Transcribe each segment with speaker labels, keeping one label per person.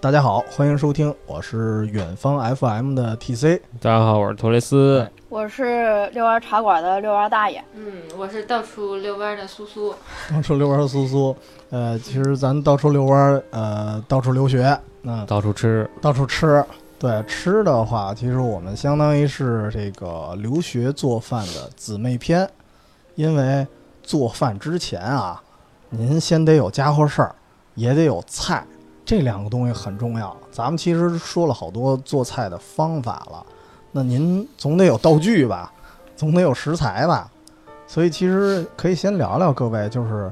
Speaker 1: 大家好，欢迎收听，我是远方 FM 的 TC。
Speaker 2: 大家好，我是托雷斯。
Speaker 3: 我是遛弯茶馆的遛弯大爷，
Speaker 4: 嗯，我是到处遛弯儿的苏苏。
Speaker 1: 到处遛弯儿苏苏，呃，其实咱到处遛弯儿，呃，到处留学，啊那、
Speaker 2: 到处吃，
Speaker 1: 到处吃。对吃的话，其实我们相当于是这个留学做饭的姊妹篇，因为做饭之前啊，您先得有家伙事儿，也得有菜，这两个东西很重要。咱们其实说了好多做菜的方法了，那您总得有道具吧，总得有食材吧，所以其实可以先聊聊各位，就是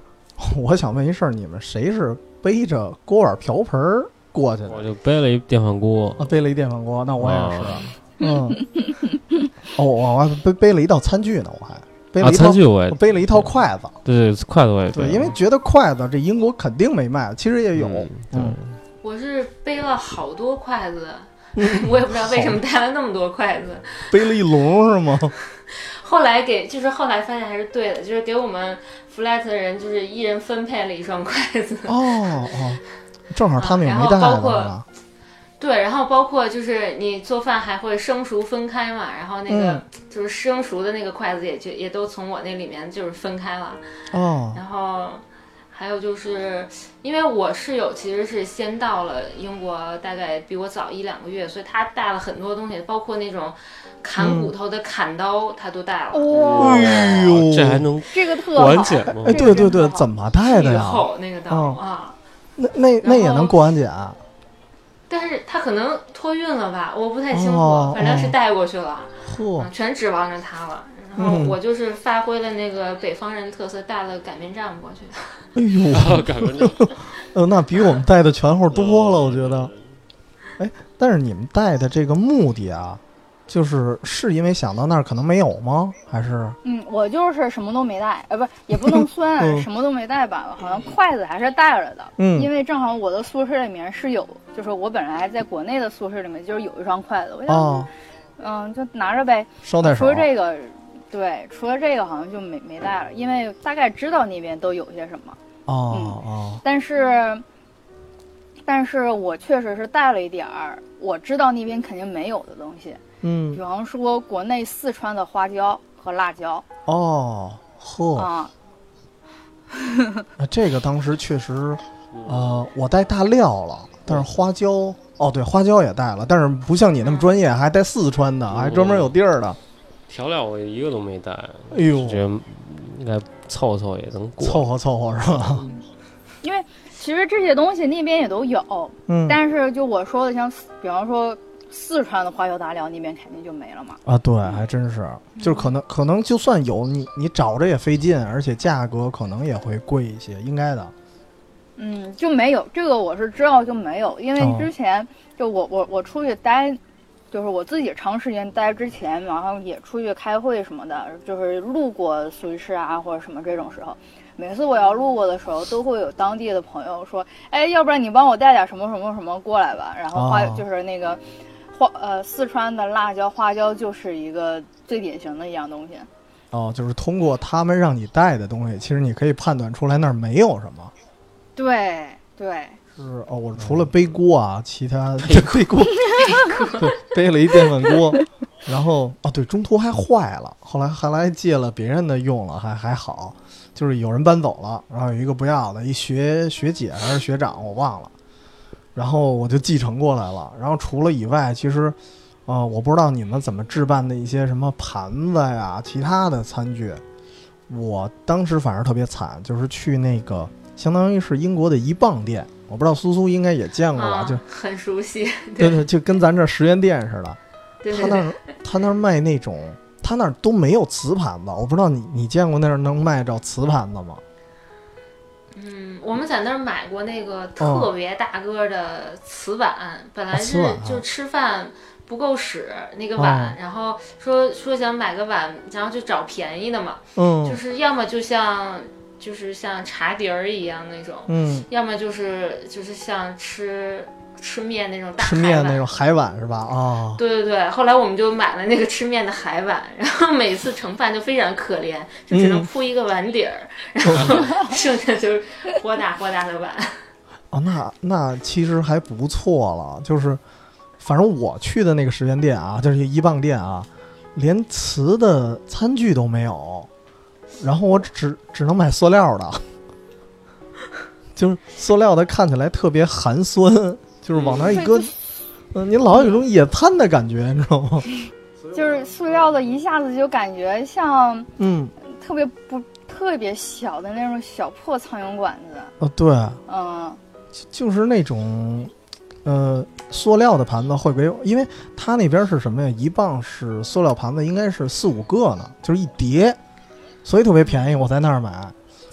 Speaker 1: 我想问一事儿，你们谁是背着锅碗瓢盆儿过去的？
Speaker 2: 我就背了一电饭锅。
Speaker 1: 啊，背了一电饭锅，那我也是。
Speaker 2: 啊
Speaker 1: 嗯，哦，我我还背背了一道餐具呢，我还背
Speaker 2: 啊，
Speaker 1: 了一套，
Speaker 2: 餐具我也
Speaker 1: 我背了一套筷子。
Speaker 2: 对对，筷子我也背
Speaker 1: 对，
Speaker 2: 了。
Speaker 1: 因为觉得筷子这英国肯定没卖，其实也有。
Speaker 2: 嗯
Speaker 1: 嗯
Speaker 4: 我是背了好多筷子，我也不知道为什么带了那么多筷子。
Speaker 1: 背了一笼是吗？
Speaker 4: 后来给，就是后来发现还是对的，就是给我们 flat 的人，就是一人分配了一双筷子。
Speaker 1: 哦哦，正好他们也
Speaker 4: 啊
Speaker 1: 没
Speaker 4: 然后
Speaker 1: 带呢
Speaker 4: 包括
Speaker 1: 是吧。
Speaker 4: 对，然后包括就是你做饭还会生熟分开嘛，然后那个、
Speaker 1: 嗯
Speaker 4: 就是生熟的那个筷子也就也都从我那里面就是分开了。
Speaker 1: 哦
Speaker 4: 然后还有就是，因为我室友其实是先到了英国，大概比我早一两个月，所以他带了很多东西，包括那种砍
Speaker 1: 嗯
Speaker 4: 骨头的砍刀，他都带了。
Speaker 3: 哇
Speaker 1: 哎呦
Speaker 2: 这还能
Speaker 3: 这个特
Speaker 2: 关
Speaker 3: 好，
Speaker 2: 检吗
Speaker 1: 哎，？
Speaker 3: 这
Speaker 1: 对
Speaker 3: 个
Speaker 1: 对
Speaker 3: 真
Speaker 1: 对，
Speaker 3: 好
Speaker 1: 怎么带的
Speaker 4: 巨
Speaker 1: 呀？
Speaker 4: 厚那个刀、
Speaker 1: 哦
Speaker 4: 啊！
Speaker 1: 那那那也能啊过安检？
Speaker 4: 但是他可能托运了吧，我不太清楚，
Speaker 1: 哦
Speaker 4: 反正是
Speaker 1: 哦
Speaker 4: 带过去了，
Speaker 1: 嚯
Speaker 4: 嗯，全指望着他了。然后
Speaker 1: 嗯
Speaker 4: 我就是发挥了那个北方人特色，带了擀面杖过去。
Speaker 1: 哎呦，
Speaker 2: 感觉这
Speaker 1: 呃，那比我们带的全乎多了，我觉得。哎，但是你们带的这个目的啊，就是是因为想到那儿可能没有吗？还是
Speaker 3: 嗯，我就是什么都没带，呃，不是，也不能
Speaker 1: 嗯
Speaker 3: 算什么都没带吧，好像筷子还是带了的，
Speaker 1: 嗯
Speaker 3: 因为正好我的宿舍里面是有，就是我本来在国内的宿舍里面就是有一双筷子，我想，
Speaker 1: 啊，
Speaker 3: 嗯，就拿着呗。
Speaker 1: 捎带手啊
Speaker 3: 除了这个，对，除了这个好像就没没带了，因为大概知道那边都有些什么，
Speaker 1: 啊
Speaker 3: 嗯
Speaker 1: 啊
Speaker 3: 但是，但是我确实是带了一点儿我知道那边肯定没有的东西，比
Speaker 1: 嗯
Speaker 3: 方说国内四川的花椒和辣椒
Speaker 1: 哦呵，
Speaker 3: 啊，
Speaker 1: 那这个当时确实，呃，我带大料了，但是花椒哦对，花椒也带了，但是不像你那么专业，还带四川的，还专门有地儿的。
Speaker 2: 调料我一个都没带，
Speaker 1: 哎呦，
Speaker 2: 觉得应该凑凑也能过。
Speaker 1: 凑合凑合是吧？
Speaker 3: 因为其实这些东西那边也都有，
Speaker 1: 嗯
Speaker 3: 但是就我说的像四，比方说四川的花椒大料那边肯定就没了嘛。
Speaker 1: 啊，对，还真是，就是可能可能就算有你你找着也费劲，而且价格可能也会贵一些，应该的。
Speaker 3: 嗯，就没有这个，我是知道就没有，因为
Speaker 1: 哦
Speaker 3: 之前就我我我出去待，就是我自己长时间待之前，然后也出去开会什么的，就是路过苏黎世啊或者什么这种时候，每次我要路过的时候，都会有当地的朋友说，哎，要不然你帮我带点什么什么什么过来吧，然后花、
Speaker 1: 哦
Speaker 3: 就是那个花呃四川的辣椒花椒就是一个最典型的一样东西，
Speaker 1: 哦，就是通过他们让你带的东西，其实你可以判断出来那儿没有什么。
Speaker 3: 对对，
Speaker 1: 是哦，我除了背锅啊，其他对 背锅， 对，背了一电饭锅，然后哦对，中途还坏了，后来还来借了别人的用了，还还好，就是有人搬走了，然后有一个不要的，一学学姐还是学长，我忘了，然后我就继承过来了。然后除了以外，其实，呃，我不知道你们怎么置办的一些什么盘子呀、其他的餐具，我当时反而特别惨，就是去那个相当于是英国的一磅店，我不知道苏苏应该也见过吧，
Speaker 4: 啊
Speaker 1: 就，
Speaker 4: 很熟悉，
Speaker 1: 对对，就跟咱这十元店似的。
Speaker 4: 对
Speaker 1: 他
Speaker 4: 对
Speaker 1: 那
Speaker 4: 对，
Speaker 1: 儿他那儿卖那种，他那儿都没有瓷盘子，我不知道你你见过那儿能卖着瓷盘子吗？
Speaker 4: 嗯，我们在那儿买过那个
Speaker 1: 哦
Speaker 4: 特别大个儿的瓷碗，本来是
Speaker 1: 瓷碗啊
Speaker 4: 就吃饭不够使那个碗，
Speaker 1: 哦
Speaker 4: 然后说说想买个碗，然后就找便宜的嘛，就
Speaker 1: 嗯
Speaker 4: 是要么就像就是像茶碟儿一样那种，
Speaker 1: 嗯，
Speaker 4: 要么就是就是像吃吃面那种大
Speaker 1: 吃
Speaker 4: 海
Speaker 1: 面
Speaker 4: 碗
Speaker 1: 那种海碗是吧？啊、
Speaker 4: 对对对，后来我们就买了那个吃面的海碗，然后每次盛饭就非常可怜，就只能
Speaker 1: 嗯哦
Speaker 4: 铺一个碗底儿，然后 剩下就是豁大豁大的碗。
Speaker 1: 啊、啊，那那其实还不错了，就是反正我去的那个时间店啊，就是一棒店啊，连瓷的餐具都没有，然后我只只能买塑料的， 就是塑料的看起来特别寒酸，就是往那儿一搁，嗯，你老有一种野餐的感觉，你知道吗？
Speaker 3: 就是塑料的，一下子就感觉像
Speaker 1: 嗯，
Speaker 3: 特别不特别小的那种小破苍蝇馆子，
Speaker 1: 哦对，
Speaker 3: 嗯，
Speaker 1: 就是那种，呃，塑料的盘子会给我，因为它那边是什么呀？一磅是塑料盘子，应该是四五个呢，就是一叠，所以特别便宜。我在那儿买，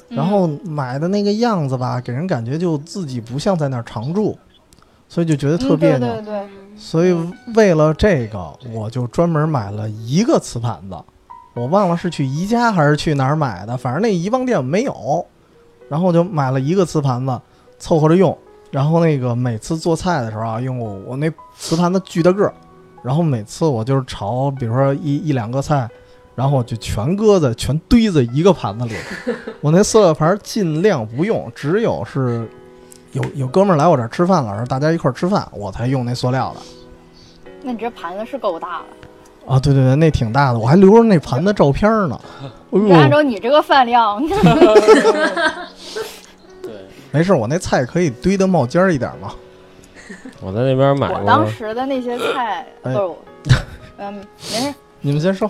Speaker 3: 嗯
Speaker 1: 然后买的那个样子吧，给人感觉就自己不像在那儿常住，所以就觉得特别扭。
Speaker 3: 嗯、对对对，
Speaker 1: 所以为了这个，我就专门买了一个瓷盘子，我忘了是去宜家还是去哪儿买的，反正那宜邦店没有，然后我就买了一个瓷盘子，凑合着用。然后那个每次做菜的时候啊，用我我那瓷盘子巨大个儿，然后每次我就是炒，比如说一一两个菜，然后我就全搁在全堆在一个盘子里。我那塑料盘尽量不用，只有是有有哥们儿来我这儿吃饭了，然后大家一块儿吃饭，我才用那塑料的。
Speaker 3: 那你这盘子是够大了。
Speaker 1: 啊，对对对，那挺大的，我还留着那盘的照片 呢。哎
Speaker 3: 你
Speaker 1: 呦，
Speaker 3: 按照你这个饭量，
Speaker 2: 对，
Speaker 1: 没事，我那菜可以堆得冒尖儿一点嘛。
Speaker 2: 我在那边买
Speaker 3: 我
Speaker 2: 过，
Speaker 3: 当时的那些菜
Speaker 1: 哎
Speaker 3: 不是我， 嗯，没事，
Speaker 1: 你们先说。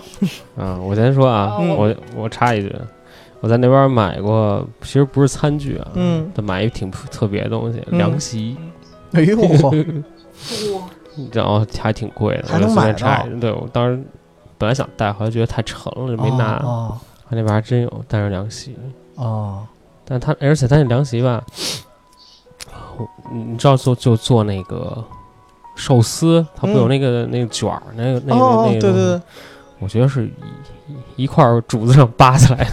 Speaker 2: 啊，我先说啊，
Speaker 3: 嗯
Speaker 2: 我我插一句，我在那边买过，其实不是餐具啊，
Speaker 1: 嗯，
Speaker 2: 但买一挺特别的东西，
Speaker 1: 嗯
Speaker 2: 凉席，
Speaker 1: 哎呦，
Speaker 4: 哇，
Speaker 2: 然后还挺贵的，
Speaker 1: 还能
Speaker 2: 我就随便
Speaker 1: 买啊到
Speaker 2: 插一对我当时本来想带，后来觉得太沉了， 就没拿。
Speaker 1: 啊
Speaker 2: 他那边还真有，但是凉席，
Speaker 1: 啊啊！
Speaker 2: 但他而且他那凉席吧，我你知道做就做那个寿司，它不有
Speaker 1: 嗯
Speaker 2: 那个、那个卷儿，那个那个、
Speaker 1: 哦
Speaker 2: 那
Speaker 1: 哦，
Speaker 2: 个，
Speaker 1: 对对 对，
Speaker 2: 我觉得是一一块儿竹子上扒下来的，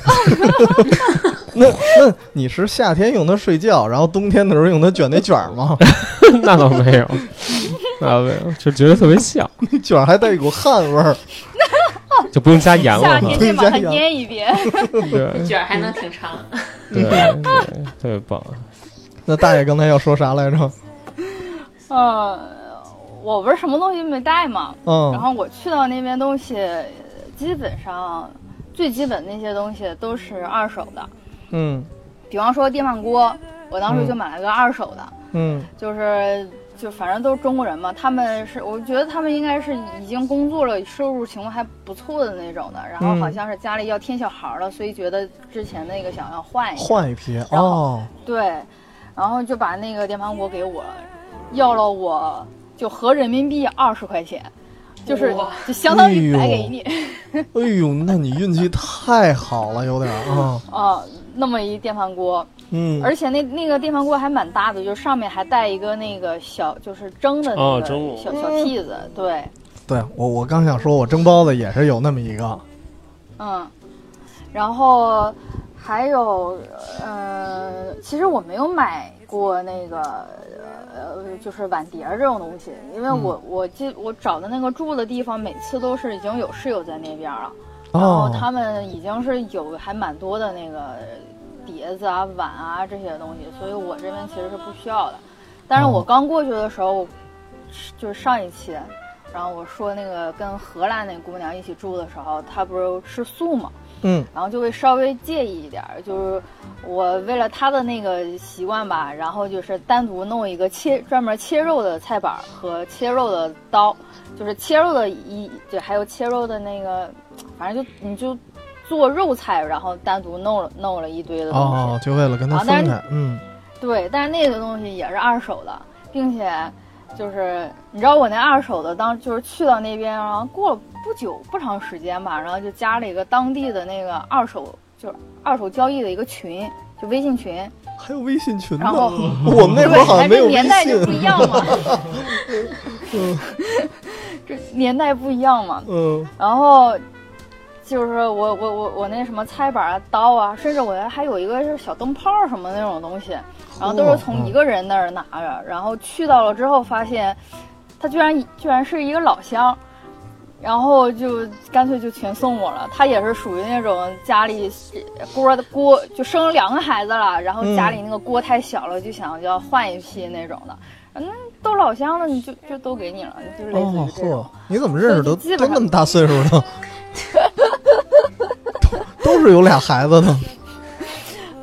Speaker 1: 那那你是夏天用它睡觉，然后冬天的时候用它卷那卷儿吗？
Speaker 2: 那倒没有，那倒没有，就觉得特别像，
Speaker 1: 那卷儿还带一股汗味儿。
Speaker 2: 就不用加盐
Speaker 3: 夏
Speaker 2: 了嘛
Speaker 3: 天，先把它腌一遍。
Speaker 1: 嗯
Speaker 2: 对
Speaker 4: 卷儿还能挺长。
Speaker 2: 对对，特别棒，
Speaker 1: 那大爷刚才要说啥来 着？
Speaker 3: 嗯，我不是什么东西没带嘛，然
Speaker 1: 嗯
Speaker 3: 后我去到那边东西，基本上最基本那些东西都是二手的，
Speaker 1: 嗯
Speaker 3: 比方说电饭锅，我当时就
Speaker 1: 嗯
Speaker 3: 买了个二手的，
Speaker 1: 嗯
Speaker 3: 就是就反正都是中国人嘛，他们是我觉得他们应该是已经工作了，收入情况还不错的那种的，然后
Speaker 1: 嗯
Speaker 3: 好像是家里要添小孩了，所以觉得之前那个想要换一个，
Speaker 1: 换一批哦，
Speaker 3: 对，然后就把那个电饭锅给我，要了我就合人民币二十块钱，就是
Speaker 4: 哇
Speaker 3: 就相当于白
Speaker 1: 哎呦
Speaker 3: 给你
Speaker 1: 哎呦，那你运气太好了，有点儿啊，
Speaker 3: 啊、那么一电饭锅，
Speaker 1: 嗯，
Speaker 3: 而且那那个电饭锅还蛮大的，就上面还带一个那个小就是蒸的那
Speaker 2: 哦
Speaker 3: 个
Speaker 2: 蒸笼
Speaker 3: 小、小屉子，对，
Speaker 1: 对我我刚想说，我蒸包子也是有那么一个，哦
Speaker 3: 嗯，然后还有，呃，其实我没有买过那个，呃，就是碗碟儿这种东西，因为我、我记我找的那个住的地方，每次都是已经有室友在那边了，然后
Speaker 1: 哦，
Speaker 3: 他们已经是有还蛮多的那个碟子啊、碗啊这些东西，所以我这边其实是不需要的。但是
Speaker 1: 哦
Speaker 3: 我刚过去的时候，就是上一期，然后我说那个跟荷兰那姑娘一起住的时候，她不是吃素嘛，
Speaker 1: 嗯
Speaker 3: 然后就会稍微介意一点儿，就是我为了她的那个习惯吧，然后就是单独弄一个切专门切肉的菜板儿和切肉的刀，就是切肉的一就还有切肉的那个，反正就你就做肉菜，然后单独弄了弄了一堆的东西。
Speaker 1: 哦，就为了跟他
Speaker 3: 啊但
Speaker 1: 分
Speaker 3: 是
Speaker 1: 开，嗯，
Speaker 3: 对，但是那个东西也是二手的，并且就是你知道我那二手的当就是去到那边，然后过了不久不长时间吧，然后就加了一个当地的那个二手就是二手交易的一个群，就微信 群，
Speaker 1: 还有微信群呢
Speaker 3: 然，后。
Speaker 1: 我们那会儿好像没有
Speaker 3: 这
Speaker 1: 微
Speaker 3: 年代就不
Speaker 1: 信，
Speaker 3: 一样嘛，这年代不一样嘛，
Speaker 1: 嗯，
Speaker 3: 然后就是我我我我那什么菜板啊、刀啊，甚至我还有一个是小灯泡儿什么那种东西，然后都是从一个人那儿拿着，然后去到了之后发现，他居然居然是一个老乡。然后就干脆就全送我了。他也是属于那种家里锅的锅，就生了两个孩子了，然后家里那个锅太小了，就想要换一批那种的。嗯，都老乡了，你就就都给你了，就类似
Speaker 1: 哦
Speaker 3: 于这种。
Speaker 1: 呵，你怎么认识都
Speaker 3: 所以基
Speaker 1: 都
Speaker 3: 本上
Speaker 1: 那么大岁数的？ 都都是有俩孩子的。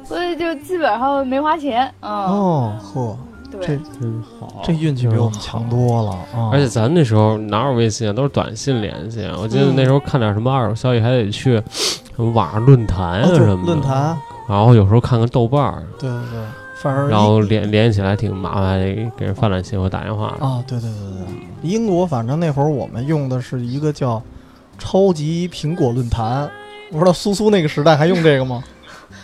Speaker 3: 所以就基本上没花钱。嗯，
Speaker 1: 哦呵，这
Speaker 3: 对，
Speaker 2: 真好，
Speaker 1: 这运气比我们强多了啊！
Speaker 2: 而且咱那时候哪有微信啊，都是短信联系。啊我记
Speaker 1: 嗯
Speaker 2: 得那时候看点什么二手消息，还得去什么网上论坛
Speaker 1: 哦
Speaker 2: 啊
Speaker 1: 对
Speaker 2: 什么的，
Speaker 1: 论，坛，
Speaker 2: 然后有时候看看豆瓣儿，
Speaker 1: 对对对，反而
Speaker 2: 然后联联系起来挺麻烦，得给人发短信或打电话。
Speaker 1: 啊，对对对对对，英国反正那会儿我们用的是一个叫“超级苹果论坛”，我不知道苏苏那个时代还用这个吗？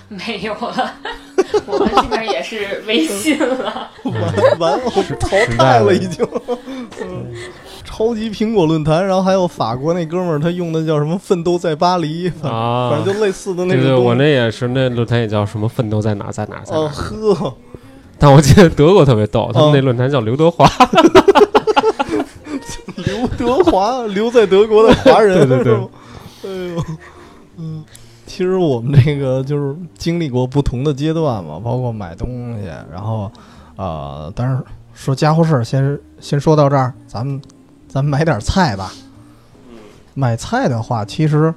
Speaker 4: 没有了， 我们基本上也是微信了。
Speaker 1: 完完，我淘汰了已经。 嗯超级苹果论坛，然后还有法国那哥们儿，他用的叫什么“奋斗在巴黎”，反正
Speaker 2: 啊，
Speaker 1: 反正就类似的那
Speaker 2: 对
Speaker 1: 种
Speaker 2: 对，
Speaker 1: 东西。
Speaker 2: 我那也是，那论坛也叫什么“奋斗在哪儿在哪儿在哪
Speaker 1: 哦
Speaker 2: 儿”，
Speaker 1: 呵，
Speaker 2: 但我记得德国特别逗，他们
Speaker 1: 嗯
Speaker 2: 那论坛叫刘德华，
Speaker 1: 刘德华留在德国的华人，
Speaker 2: 对对对
Speaker 1: 是吗哎呦，嗯，其实我们这个就是经历过不同的阶段嘛，包括买东西，然后呃，但是说家伙事儿，先先说到这儿，咱们咱们买点菜吧。买菜的话，其实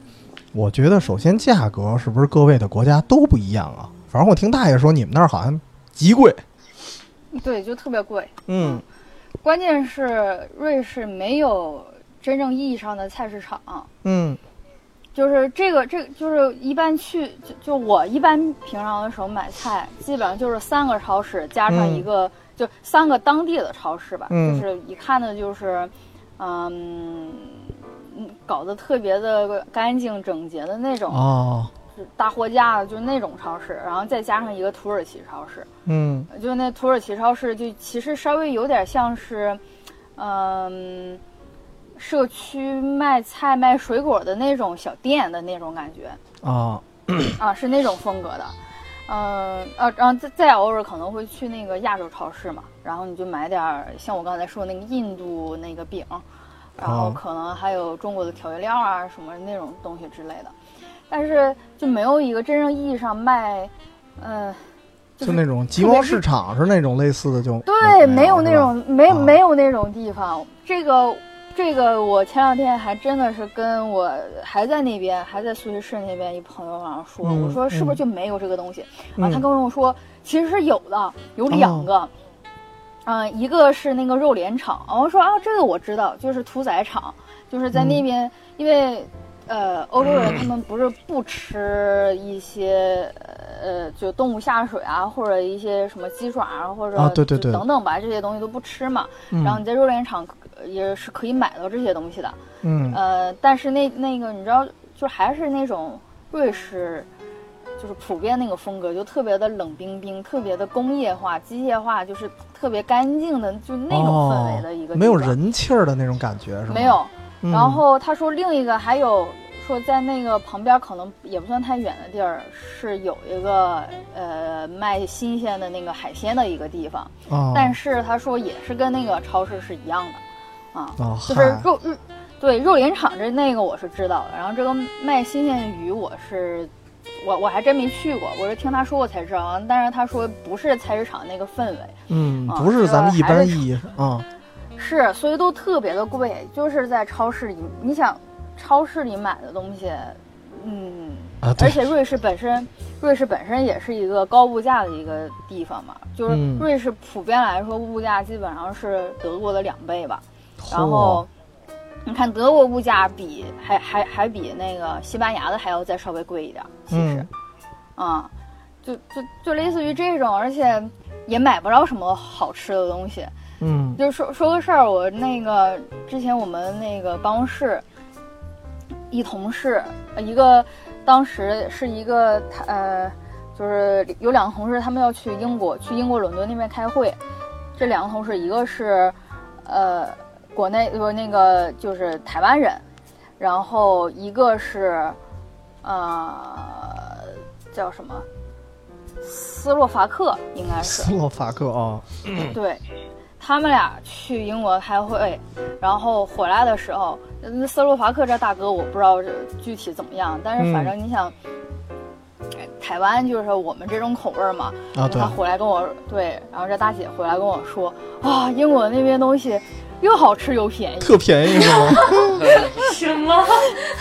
Speaker 1: 我觉得首先价格是不是各位的国家都不一样啊？反正我听大爷说你们那儿好像极贵，
Speaker 3: 对，就特别贵。
Speaker 1: 嗯，
Speaker 3: 关键是瑞士没有真正意义上的菜市场，
Speaker 1: 嗯
Speaker 3: 就是这个这个就是一般去就就我一般平常的时候买菜，基本上就是三个超市加上
Speaker 1: 嗯
Speaker 3: 一个、就三个当地的超市吧，
Speaker 1: 嗯
Speaker 3: 就是一看呢就是，嗯。嗯搞得特别的干净整洁的那种，
Speaker 1: 哦，
Speaker 3: 就是大货架就是那种超市，然后再加上一个土耳其超市，
Speaker 1: 嗯
Speaker 3: 就那土耳其超市，就其实稍微有点像是，嗯、社区卖菜卖水果的那种小店的那种感觉
Speaker 1: 啊，
Speaker 3: 啊，是那种风格的。嗯呃，然后再再偶尔可能会去那个亚洲超市嘛，然后你就买点儿像我刚才说那个印度那个饼，然后
Speaker 1: 哦
Speaker 3: 可能还有中国的调味料啊什么那种东西之类的，但是就没有一个真正意义上卖，嗯、
Speaker 1: 就那种集贸市场是那种类似的就，
Speaker 3: 对，
Speaker 1: 没
Speaker 3: 没有那种没
Speaker 1: 啊
Speaker 3: 没有那种地方。这个这个，我前两天还真的是跟我还在那边还在苏黎世那边一朋友往上说，
Speaker 1: 嗯
Speaker 3: 我说是不是
Speaker 1: 嗯
Speaker 3: 就没有这个东西？
Speaker 1: 嗯哦
Speaker 3: 啊，他跟我说其实是有的，有两个。嗯、一个是那个肉联厂，然后说啊，这个我知道，就是屠宰场，就是在
Speaker 1: 嗯
Speaker 3: 那边，因为，呃，欧洲人他们不是不吃一些，呃，就动物下水啊，或者一些什么鸡爪啊，或者
Speaker 1: 啊对对
Speaker 3: 就
Speaker 1: 对
Speaker 3: 等等吧，这些东西都不吃嘛。
Speaker 1: 嗯
Speaker 3: 然后你在肉联厂呃也是可以买到这些东西的，
Speaker 1: 嗯
Speaker 3: 呃，但是那那个你知道，就还是那种瑞士，就是普遍那个风格，就特别的冷冰冰，特别的工业化、机械化，就是特别干净的，就那种氛围的一个、
Speaker 1: 哦没有，人气儿的那种感觉是吗？
Speaker 3: 没有。
Speaker 1: 嗯，
Speaker 3: 然后他说另一个还有说在那个旁边可能也不算太远的地儿，是有一个呃卖新鲜的那个海鲜的一个地方，
Speaker 1: 哦，
Speaker 3: 但
Speaker 1: 是
Speaker 3: 是他说也是跟那个超市是一样的，啊，
Speaker 1: 哦，
Speaker 3: 就是
Speaker 1: 嗨
Speaker 3: 肉日，对肉联厂这那个我是知道的，然后这个卖新鲜鱼我是，我我还真没去过，我是听他说过才知道，但是他说不是菜市场那个氛围，
Speaker 1: 嗯，
Speaker 3: 啊
Speaker 1: 不是咱们一般意义上啊，
Speaker 3: 是，所以都特别的贵，就是在超市里，你想超市里买的东西，嗯，
Speaker 1: 啊
Speaker 3: 而
Speaker 1: 对，
Speaker 3: 且瑞士本身，瑞士本身也是一个高物价的一个地方嘛，就是
Speaker 1: 嗯
Speaker 3: 瑞士普遍来说物价基本上是德国的两倍吧，然
Speaker 1: 嚯
Speaker 3: 后你看德国物价比还还还比那个西班牙的还要再稍微贵一点儿，其实
Speaker 1: 嗯，
Speaker 3: 啊、就就就类似于这种，而且也买不着什么好吃的东西。
Speaker 1: 嗯
Speaker 3: 就说说个事儿，我那个之前我们那个办公室一同事，呃一个当时是一个他呃，就是有两个同事他们要去英国，去英国伦敦那边开会，这两个同事一个是呃国内不是那个就是台湾人，然后一个是呃叫什么斯洛伐克应该是
Speaker 1: 斯洛伐克啊，
Speaker 3: 对，他们俩去英国开会，然后回来的时候，那斯洛伐克这大哥我不知道这具体怎么样，但
Speaker 1: 嗯
Speaker 3: 是反正你想，哎台湾就是我们这种口味儿嘛，
Speaker 1: 啊，对
Speaker 3: 他，回来跟我对，然后这大姐回来跟我说啊，英国那边东西又好吃又便宜，
Speaker 1: 特便宜是吗？
Speaker 4: 什么？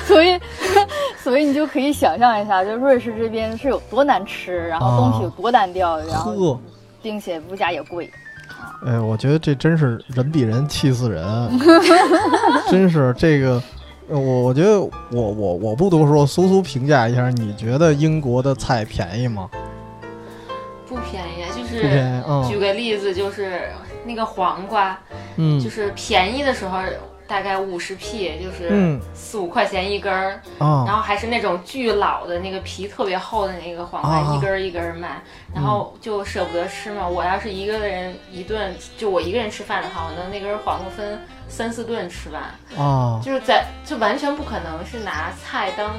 Speaker 3: 所以 所以你就可以想象一下，就瑞士这边是有多难吃，然后
Speaker 1: 哦
Speaker 3: 东西有多单调， 然后
Speaker 1: 呵，
Speaker 3: 并且物价也贵。
Speaker 1: 哎，我觉得这真是人比人气死人，真是这个。呃我我觉得我我我不多说，苏苏评价一下，你觉得英国的菜便宜吗？
Speaker 4: 不便宜啊，就
Speaker 1: 不便
Speaker 4: 是
Speaker 1: 宜啊，
Speaker 4: 举个例子，就是那个黄瓜，
Speaker 1: 嗯
Speaker 4: 就是便宜的时候大概五十 P，就是
Speaker 1: 嗯
Speaker 4: 四五块钱一根儿，然
Speaker 1: 啊，
Speaker 4: 后还是那种巨老的那个皮特别厚的那个黄
Speaker 1: 啊
Speaker 4: 瓜，一根儿一根儿卖，然后
Speaker 1: 嗯
Speaker 4: 就舍不得吃嘛。我要是一个人一顿，就我一个人吃饭的话，我能那根儿黄瓜分三四顿吃完，
Speaker 1: 啊，
Speaker 4: 就是在就完全不可能是拿菜当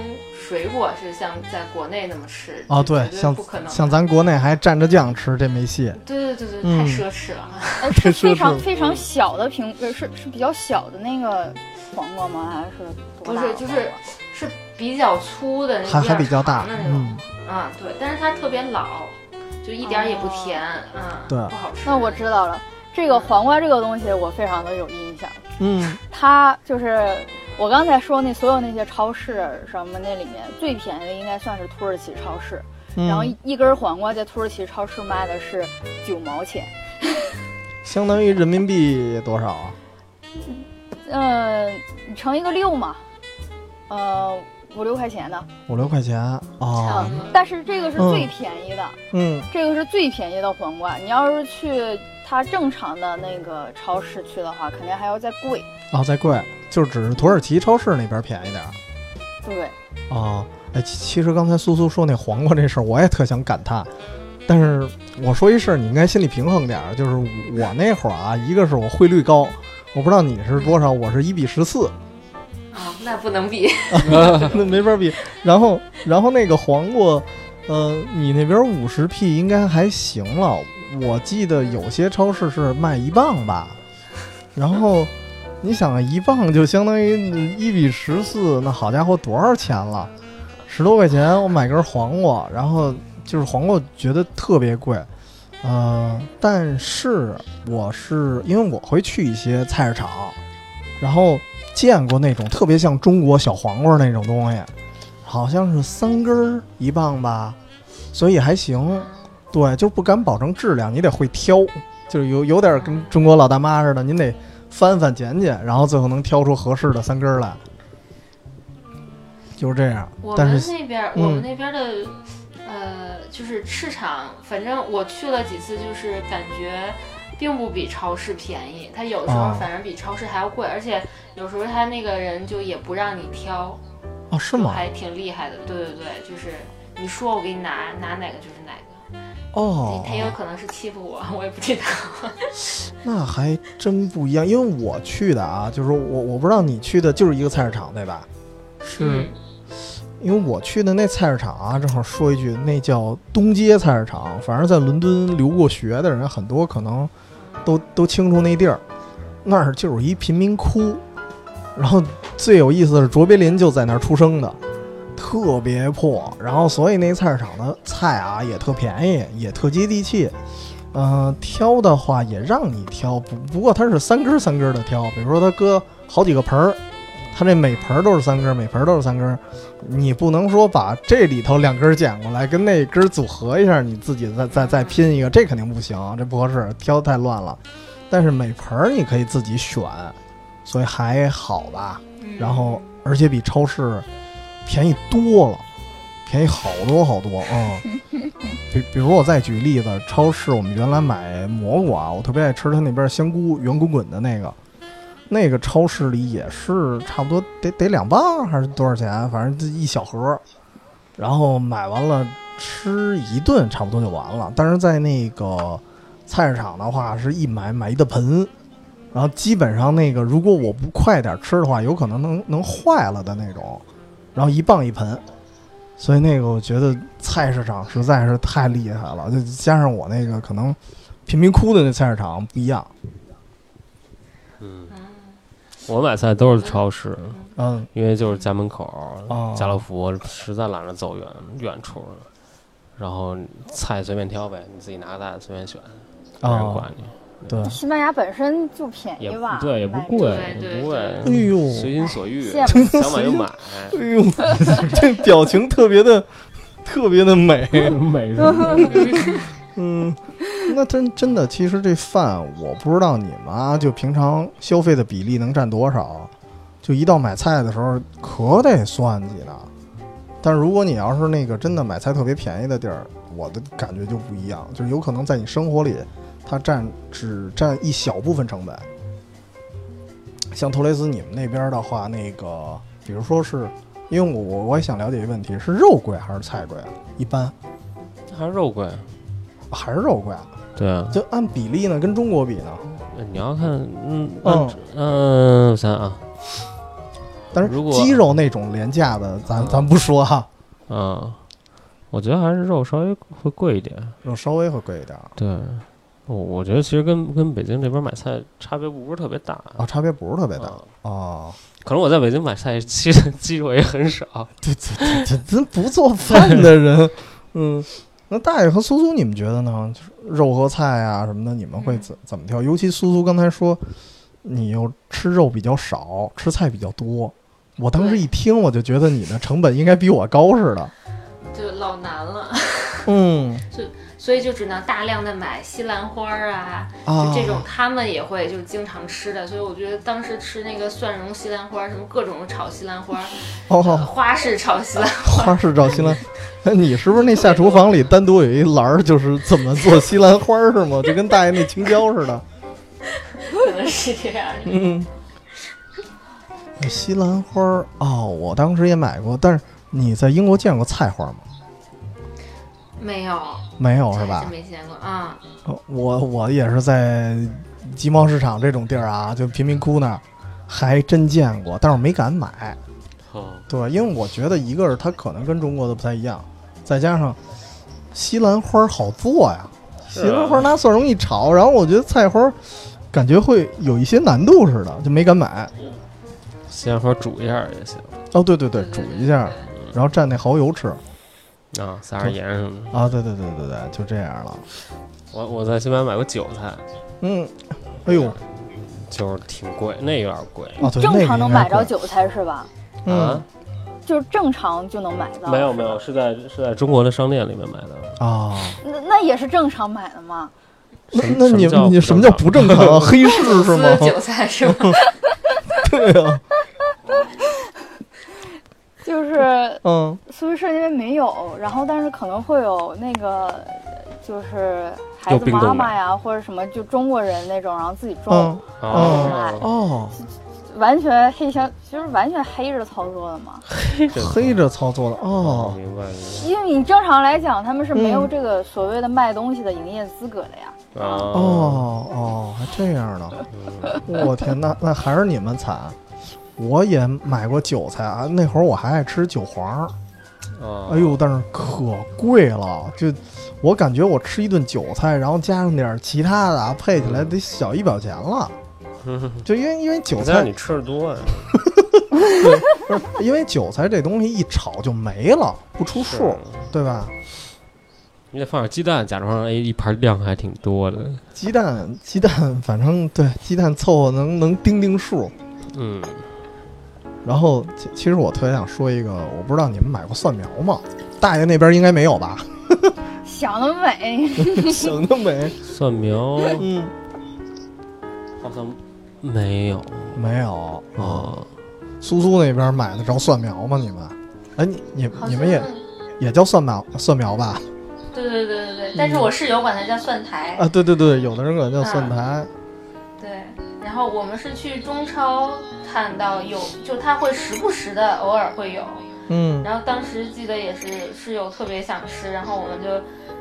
Speaker 4: 水果，是像在国内那么吃
Speaker 1: 啊，
Speaker 4: 就
Speaker 1: 对，
Speaker 4: 绝
Speaker 1: 像
Speaker 4: 不可能。
Speaker 1: 像咱国内还蘸着酱吃，这没戏。
Speaker 4: 对对对对，
Speaker 1: 嗯
Speaker 4: 太奢侈了。
Speaker 3: 呃， 是
Speaker 1: 是
Speaker 3: 非常
Speaker 1: 是
Speaker 3: 非常小的苹，呃是是比较小的那个黄瓜吗？还是多大的黄
Speaker 4: 不是
Speaker 3: 瓜
Speaker 4: 就是是比较粗的那
Speaker 1: 还还比较大
Speaker 4: 长的那种
Speaker 1: 嗯，
Speaker 4: 啊，对，但是它特别老，就一点儿也不甜，嗯，
Speaker 1: 哦对
Speaker 4: 不好吃。
Speaker 3: 那我知道了，这个黄瓜这个东西我非常的有印象，
Speaker 1: 嗯
Speaker 3: 它就是我刚才说那所有那些超市什么那里面最便宜的应该算是土耳其超市，
Speaker 1: 嗯，
Speaker 3: 然后一一根黄瓜在土耳其超市卖的是九毛钱，
Speaker 1: 相当于人民币多少啊？
Speaker 3: 嗯，你乘一个六嘛，呃，五六块钱的，
Speaker 1: 五六块钱
Speaker 4: 差
Speaker 1: 啊
Speaker 4: 不，多
Speaker 3: 但是这个是
Speaker 1: 嗯
Speaker 3: 最便宜的。
Speaker 1: 嗯
Speaker 3: 这个是最便宜的黄瓜，你要是去它正常的那个超市去的话，肯定还要再贵。
Speaker 1: 啊，再贵，就只是土耳其超市那边便宜点儿
Speaker 3: 对，
Speaker 1: 啊。哎，其其实刚才苏苏说那黄瓜这事儿，我也特想感叹，但是我说一事儿，你应该心里平衡点儿。就是我那会儿啊，一个是我汇率高，我不知道你是多少，我是一比十四，
Speaker 4: 啊，那不能比。
Speaker 1: 那没法比。然后，然后那个黄瓜，呃，你那边五十 P 应该还行了，我记得有些超市是卖一磅吧。然后，你想啊，一磅就相当于一比十四，那好家伙多少钱了？十多块钱我买根黄瓜，然后就是黄瓜觉得特别贵。呃，但是我是因为我会去一些菜市场，然后见过那种特别像中国小黄瓜那种东西，好像是三根儿一磅吧，所以还行。对，就不敢保证质量，你得会挑，就是有有点跟中国老大妈似的，您得翻翻捡捡，然后最后能挑出合适的三根儿来，就是这样
Speaker 4: 我。
Speaker 1: 但
Speaker 4: 们
Speaker 1: 是，
Speaker 4: 那边儿，
Speaker 1: 嗯
Speaker 4: 我们那边儿的，呃，就是市场，反正我去了几次，就是感觉并不比超市便宜，它有时候
Speaker 1: 哦
Speaker 4: 反正比超市还要贵，而且有时候他那个人就也不让你挑，
Speaker 1: 哦，是
Speaker 4: 就
Speaker 1: 吗？
Speaker 4: 还挺厉害的。对对对，就是你说我给你拿拿哪个就是哪个。
Speaker 1: 哦，
Speaker 4: 他也有可能是欺负我，我也不知道。
Speaker 1: 那还真不一样，因为我去的啊，就是我我不知道你去的就是一个菜市场对吧？是、
Speaker 4: 嗯，
Speaker 1: 因为我去的那菜市场啊，正好说一句，那叫东街菜市场。反正在伦敦留过学的人，很多可能都都清楚那地儿。那儿就是一贫民窟，然后最有意思的是卓别林就在那儿出生的，特别破。然后所以那菜市场的菜啊也特便宜，也特接地气。呃，挑的话也让你挑，不不过它是三根儿三根儿的挑，比如说它搁好几个盆儿，它这每盆儿都是三根儿，每盆儿都是三根儿。你不能说把这里头两根儿捡过来跟那根儿组合一下，你自己再再再拼一个，这肯定不行，这不合适，挑太乱了。但是每盆儿你可以自己选，所以还好吧。
Speaker 4: 嗯
Speaker 1: 然后而且比超市便宜多了，便宜好多好多。嗯，比比如我再举例子，超市我们原来买蘑菇啊，我特别爱吃它那边香菇圆滚滚的那个，那个超市里也是差不多得得两磅还是多少钱，反正就一小盒儿，然后买完了吃一顿差不多就完了。但是在那个菜市场的话，是一买买一大盆。然后基本上那个，如果我不快点吃的话，有可能能能坏了的那种，然后一磅一盆，所以那个我觉得菜市场实在是太厉害了，就加上我那个可能贫民窟的那菜市场不一样，
Speaker 2: 嗯，我买菜都是超市，
Speaker 1: 嗯
Speaker 2: 因为就是家门口
Speaker 1: 哦
Speaker 2: 儿家乐福，实在懒得走远远处了，然后菜随便挑呗，你自己拿个袋子随便选，没人
Speaker 1: 啊
Speaker 2: 管，你，
Speaker 1: 对，
Speaker 3: 西班牙本身就便
Speaker 2: 也
Speaker 3: 宜
Speaker 2: 不
Speaker 3: 吧，
Speaker 2: 对，也不
Speaker 3: 买这
Speaker 2: 贵
Speaker 3: 个，
Speaker 4: 对
Speaker 2: 也
Speaker 4: 对
Speaker 2: 不贵，
Speaker 1: 哎呦
Speaker 2: 随心所欲，
Speaker 3: 羡慕
Speaker 2: 想买就买，
Speaker 1: 哎 呦，这表情特别的，特别的 美。
Speaker 2: 美什么的
Speaker 1: 嗯， 那真真的，其实这饭我不知道你们啊，就平常消费的比例能占多少，就一到买菜的时候可得算计呢。但如果你要是那个真的买菜特别便宜的地儿，我的感觉就不一样，就是有可能在你生活里，它占只占一小部分成本。像托雷斯你们那边的话，那个比如说是，因为我我我也想了解一个问题，是肉贵还是菜贵啊？一般
Speaker 2: 还是肉贵，
Speaker 1: 还是肉贵啊？
Speaker 2: 对啊，
Speaker 1: 就按比例呢，跟中国比呢，
Speaker 2: 你要看，嗯
Speaker 1: 嗯
Speaker 2: 嗯，我想想啊，
Speaker 1: 但是
Speaker 2: 如果
Speaker 1: 鸡肉那种廉价的，咱
Speaker 2: 嗯
Speaker 1: 咱不说哈，
Speaker 2: 嗯，我觉得还是肉稍微会贵一点，
Speaker 1: 肉稍微会贵一点儿
Speaker 2: 对，我我觉得其实跟跟北京这边买菜差别不是特别大，
Speaker 1: 啊，差别不是特别大
Speaker 2: 嗯
Speaker 1: 哦。
Speaker 2: 可能我在北京买菜，其实 鸡肉也很少。
Speaker 1: 对对对对，真不做饭的 人，嗯，那大爷和苏苏，你们觉得呢？就是肉和菜啊什么的，你们会怎怎么挑？尤其苏苏刚才说，你又吃肉比较少，吃菜比较多。我当时一听，我就觉得你的成本应该比我高似的。
Speaker 4: 就老难了，
Speaker 1: 嗯
Speaker 4: 所以就只能大量的买西兰花儿啊，
Speaker 1: 啊
Speaker 4: 就，这种他们也会就是经常吃的，所以我觉得当时吃那个蒜蓉西兰花，什么各种炒西兰花，呃
Speaker 1: 哦，
Speaker 4: 花式炒西兰花，
Speaker 1: 花式照西兰，哎，你是不是那下厨房里单独有一栏儿，就是怎么做西兰花儿是吗？就跟大爷那青椒似的。
Speaker 4: 可能是这样的。
Speaker 1: 嗯，西兰花儿哦，我当时也买过，但是你在英国见过菜花吗？
Speaker 4: 没有，
Speaker 1: 没有
Speaker 4: 这
Speaker 1: 哦是
Speaker 4: 还
Speaker 1: 吧
Speaker 4: 真？没见过啊。
Speaker 1: 哦我我也是在集贸市场这种地儿啊，就贫民窟那儿，还真见过，但是我没敢买。
Speaker 2: 哦，
Speaker 1: 对，因为我觉得一个是它可能跟中国的不太一样，再加上西兰花儿好做呀，
Speaker 2: 是
Speaker 1: 西兰
Speaker 2: 啊
Speaker 1: 花儿拿蒜蓉一炒，然后我觉得菜花儿感觉会有一些难度似的，就没敢买。
Speaker 2: 西兰花煮一下也行
Speaker 1: 哦，对对对，煮一下，然后蘸那蚝油吃
Speaker 2: 啊，撒点盐什么的。
Speaker 1: 啊，对对对对对，就这样了。
Speaker 2: 我我在西班牙买过韭菜，
Speaker 1: 嗯，哎呦，
Speaker 2: 就是挺贵，那有点贵
Speaker 1: 哦，对，
Speaker 3: 正常能买着
Speaker 1: 酒，
Speaker 3: 韭菜是吧？
Speaker 1: 嗯
Speaker 2: 啊。
Speaker 3: 就是正常就能买到。
Speaker 2: 没有没有，是在是在中国的商店里面买的。
Speaker 1: 啊，
Speaker 3: 那那也是正常买的嘛。
Speaker 1: 那
Speaker 2: 什么
Speaker 1: 那你
Speaker 2: 什么叫
Speaker 1: 你
Speaker 2: 不
Speaker 1: 什么叫
Speaker 2: 正
Speaker 1: 不正常啊？黑市 是吗
Speaker 4: 丝？韭菜是吗？
Speaker 1: 对啊，
Speaker 3: 就是
Speaker 1: 嗯，
Speaker 3: 苏黎世那边没有，然后但是可能会有那个，就是孩
Speaker 2: 有
Speaker 3: 子
Speaker 2: 冰冻的
Speaker 3: 妈妈呀，或者什么就中国人那种，然后自己种
Speaker 1: 嗯，，
Speaker 2: 哦，
Speaker 1: 哦，
Speaker 3: 完全黑箱，就是完全黑着操作的嘛。
Speaker 1: 黑着操作的哦。
Speaker 2: 明白明
Speaker 3: 因为你正常来讲，他们是没有
Speaker 1: 嗯
Speaker 3: 这个所谓的卖东西的营业资格的呀。
Speaker 2: 白。哦，
Speaker 1: 哦哦，还这样呢！我天，那那还是你们惨。我也买过韭菜啊，那会儿我还爱吃韭黄儿，
Speaker 2: 哦
Speaker 1: 哎， 呦，但是可贵了。就我感觉我吃一顿韭菜，然后加上点儿其他的啊，配起来得小一百块钱了。就因为因为韭
Speaker 2: 韭菜
Speaker 1: 菜
Speaker 2: 嗯你吃的多啊呀，
Speaker 1: 因为韭菜这东西一炒就没了，不出数，
Speaker 2: 啊
Speaker 1: 对吧？
Speaker 2: 你得放点鸡蛋，假装哎一盘量还挺多的。
Speaker 1: 鸡蛋鸡蛋，反正对鸡蛋凑合能能盯盯数。
Speaker 2: 嗯，
Speaker 1: 然后，其其实我特别想说一个，我不知道你们买过蒜苗吗？大爷那边应该没有吧？
Speaker 3: 想得美，
Speaker 1: 想得美，
Speaker 2: 蒜苗
Speaker 1: 嗯，
Speaker 2: 好像没有
Speaker 1: 没有啊。
Speaker 2: 啊，
Speaker 1: 苏苏那边买得着蒜苗吗？你们？哎，你你
Speaker 4: 好像
Speaker 1: 你们也也叫蒜苗蒜苗吧？
Speaker 4: 对对对对对，但是我室友管它叫蒜苔。
Speaker 1: 嗯啊，对对对，有的人管它叫蒜苔。
Speaker 4: 对，然后我们是去中超看到有，就它会时不时的偶尔会有。
Speaker 1: 嗯
Speaker 4: 然后当时记得也是室友特别想吃，然后我们就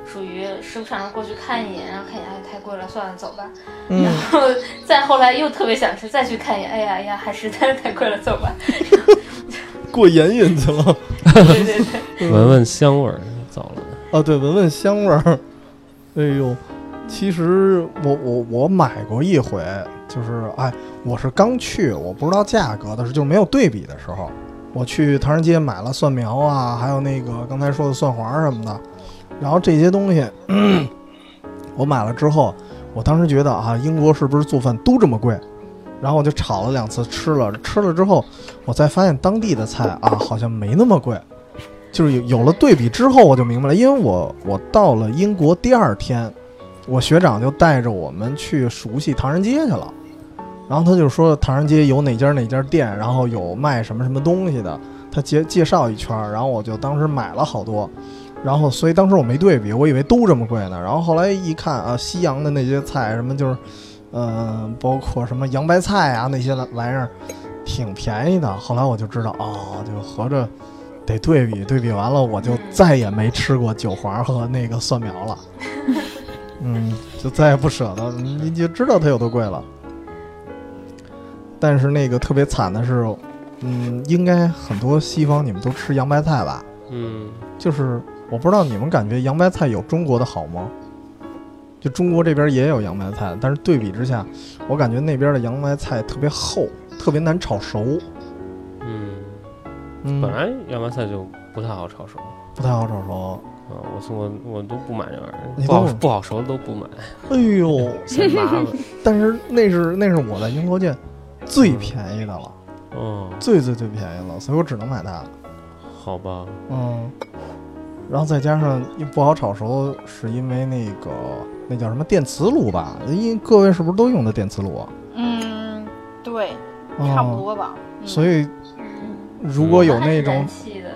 Speaker 4: 属于时不常地过去看一眼，然后看一眼哎太贵了，算了走吧。
Speaker 1: 嗯，
Speaker 4: 然后 再后来又特别想吃，再去看一眼，哎呀哎呀，还实在是太贵了，走吧。
Speaker 1: 过眼瘾去了。
Speaker 4: 对对对，
Speaker 1: 嗯
Speaker 2: 闻闻香味儿走了。
Speaker 1: 啊，对，闻闻香味儿。哎呦，其实我我我买过一回，就是哎，我是刚去，我不知道价格的时候，就是没有对比的时候，我去唐人街买了蒜苗啊，还有那个刚才说的蒜黄什么的，然后这些东西、 嗯我买了之后，我当时觉得啊，英国是不是做饭都这么贵？然后我就炒了两次吃了，吃了之后，我才发现当地的菜啊好像没那么贵，就是有有了对比之后我就明白了，因为我我到了英国第二天，我学长就带着我们去熟悉唐人街去了，然后他就说唐人街有哪家哪家店，然后有卖什么什么东西的，他介介绍一圈儿，然后我就当时买了好多，然后所以当时我没对比，我以为都这么贵呢，然后后来一看啊，西洋的那些菜啊什么就是。嗯，包括什么洋白菜啊那些玩意儿，挺便宜的。后来我就知道，哦，就合着得对比对比完了，我就再也没吃过韭黄和那个蒜苗了。嗯，就再也不舍得，你就知道它有多贵了。但是那个特别惨的是，嗯，应该很多西方你们都吃洋白菜吧？
Speaker 2: 嗯，
Speaker 1: 就是我不知道你们感觉洋白菜有中国的好吗？就中国这边也有洋白菜，但是对比之下，我感觉那边的洋白菜特别厚，特别难炒熟。
Speaker 2: 嗯，
Speaker 1: 嗯，
Speaker 2: 本来洋白菜就不太好炒熟
Speaker 1: 不太好炒熟。
Speaker 2: 啊，我从我我都不买这玩意
Speaker 1: 你
Speaker 2: 儿，不好
Speaker 1: 都不
Speaker 2: 不好熟的都不买，
Speaker 1: 哎呦，
Speaker 2: 嫌麻 烦。
Speaker 1: 但是那是那是我在英国见最便宜的了，
Speaker 2: 嗯，
Speaker 1: 最最最便宜了，所以我只能买它。
Speaker 2: 好吧，
Speaker 1: 嗯，然后再加上一不好炒熟，是因为那个那叫什么电磁炉吧？因各位是不是都用的电磁炉啊？
Speaker 3: 嗯，对，
Speaker 1: 嗯
Speaker 3: 差不。多吧。嗯、
Speaker 1: 所以
Speaker 4: 嗯，
Speaker 1: 如果有那
Speaker 4: 它是燃
Speaker 1: 种
Speaker 4: 气的，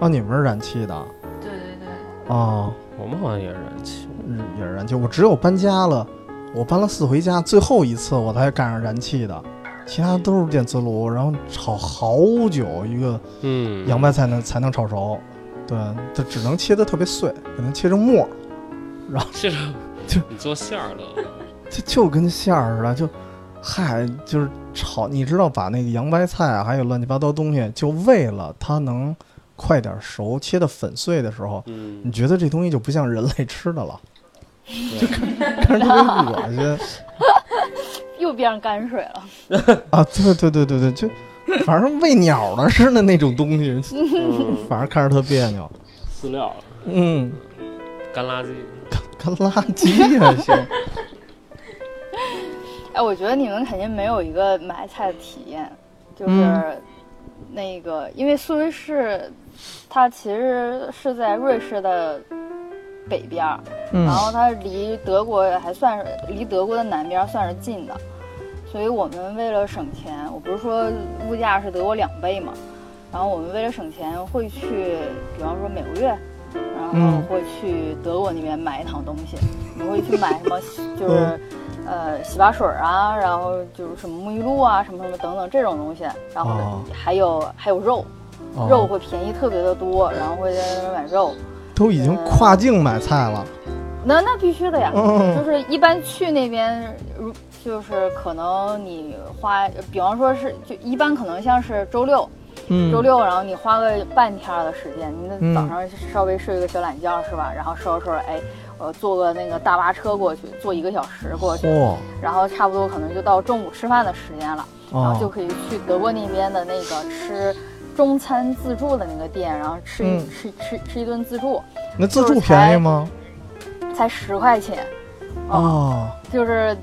Speaker 1: 啊，你们是燃气的
Speaker 4: 对对对，
Speaker 1: 啊？
Speaker 2: 我们好像也是燃气。
Speaker 1: 嗯，也是燃气。我只有搬家了，我搬了四回家，最后一次我才赶上燃气的，其他都是电磁炉，然后炒好久一个
Speaker 2: 嗯，
Speaker 1: 洋白菜能才能炒熟。对，它只能切的特别碎，给它切成末儿，
Speaker 2: 这种
Speaker 1: 就
Speaker 2: 你做馅儿的，
Speaker 1: 就就跟馅儿似的，就嗨，就是炒。你知道把那个洋白菜啊，还有乱七八糟东西，就为了它能快点熟，切的粉碎的时候，你
Speaker 2: 嗯，
Speaker 1: 觉得这东西就不像人类吃的了，
Speaker 2: 对
Speaker 1: 看着特别恶心。
Speaker 3: 又变成泔水了。
Speaker 1: 啊，对对对对对，就反正喂鸟的似的那种东西，反正看着特别扭。
Speaker 2: 饲料、
Speaker 1: 嗯，
Speaker 2: 干垃圾，
Speaker 1: 看垃圾还行。
Speaker 3: 哎，我觉得你们肯定没有一个买菜的体验，就是
Speaker 1: 嗯
Speaker 3: 那个，因为苏黎世它其实是在瑞士的北边儿，
Speaker 1: 嗯
Speaker 3: 然后它离德国还算是离德国的南边儿算是近的，所以我们为了省钱，我不是说物价是德国两倍嘛，然后我们为了省钱会去，比方说每个月，然后
Speaker 1: 嗯
Speaker 3: 会去德国那边买一趟东西，你会去买什么就是
Speaker 1: 嗯。
Speaker 3: 呃，洗发水啊，然后就是什么沐浴露啊，什么什么等等这种东西，然后
Speaker 1: 哦
Speaker 3: 还有、还有肉，
Speaker 1: 哦
Speaker 3: 肉会便宜特别的多，然后会在那边买肉，
Speaker 1: 都已经跨境买菜了。
Speaker 3: 那那必须的呀，
Speaker 1: 嗯
Speaker 3: 就是一般去那边，如就是可能你花，比方说是就一般可能像是周六，
Speaker 1: 嗯，
Speaker 3: 周六然后你花个半天儿的时间，你
Speaker 1: 嗯
Speaker 3: 那早上稍微睡个小懒觉是吧？然后收拾收拾，哎，我坐个那个大巴车过去，坐一个小时过去，
Speaker 1: 嚯
Speaker 3: 然后差不多可能就到中午吃饭的时间了，然后就
Speaker 1: 哦，
Speaker 3: 可以去德国那边的那个吃。中餐自助的那个店，然后吃一、
Speaker 1: 嗯
Speaker 3: 吃吃吃一顿自助，
Speaker 1: 那自助便宜吗？
Speaker 3: 才十块钱，
Speaker 1: 哦，
Speaker 3: 就是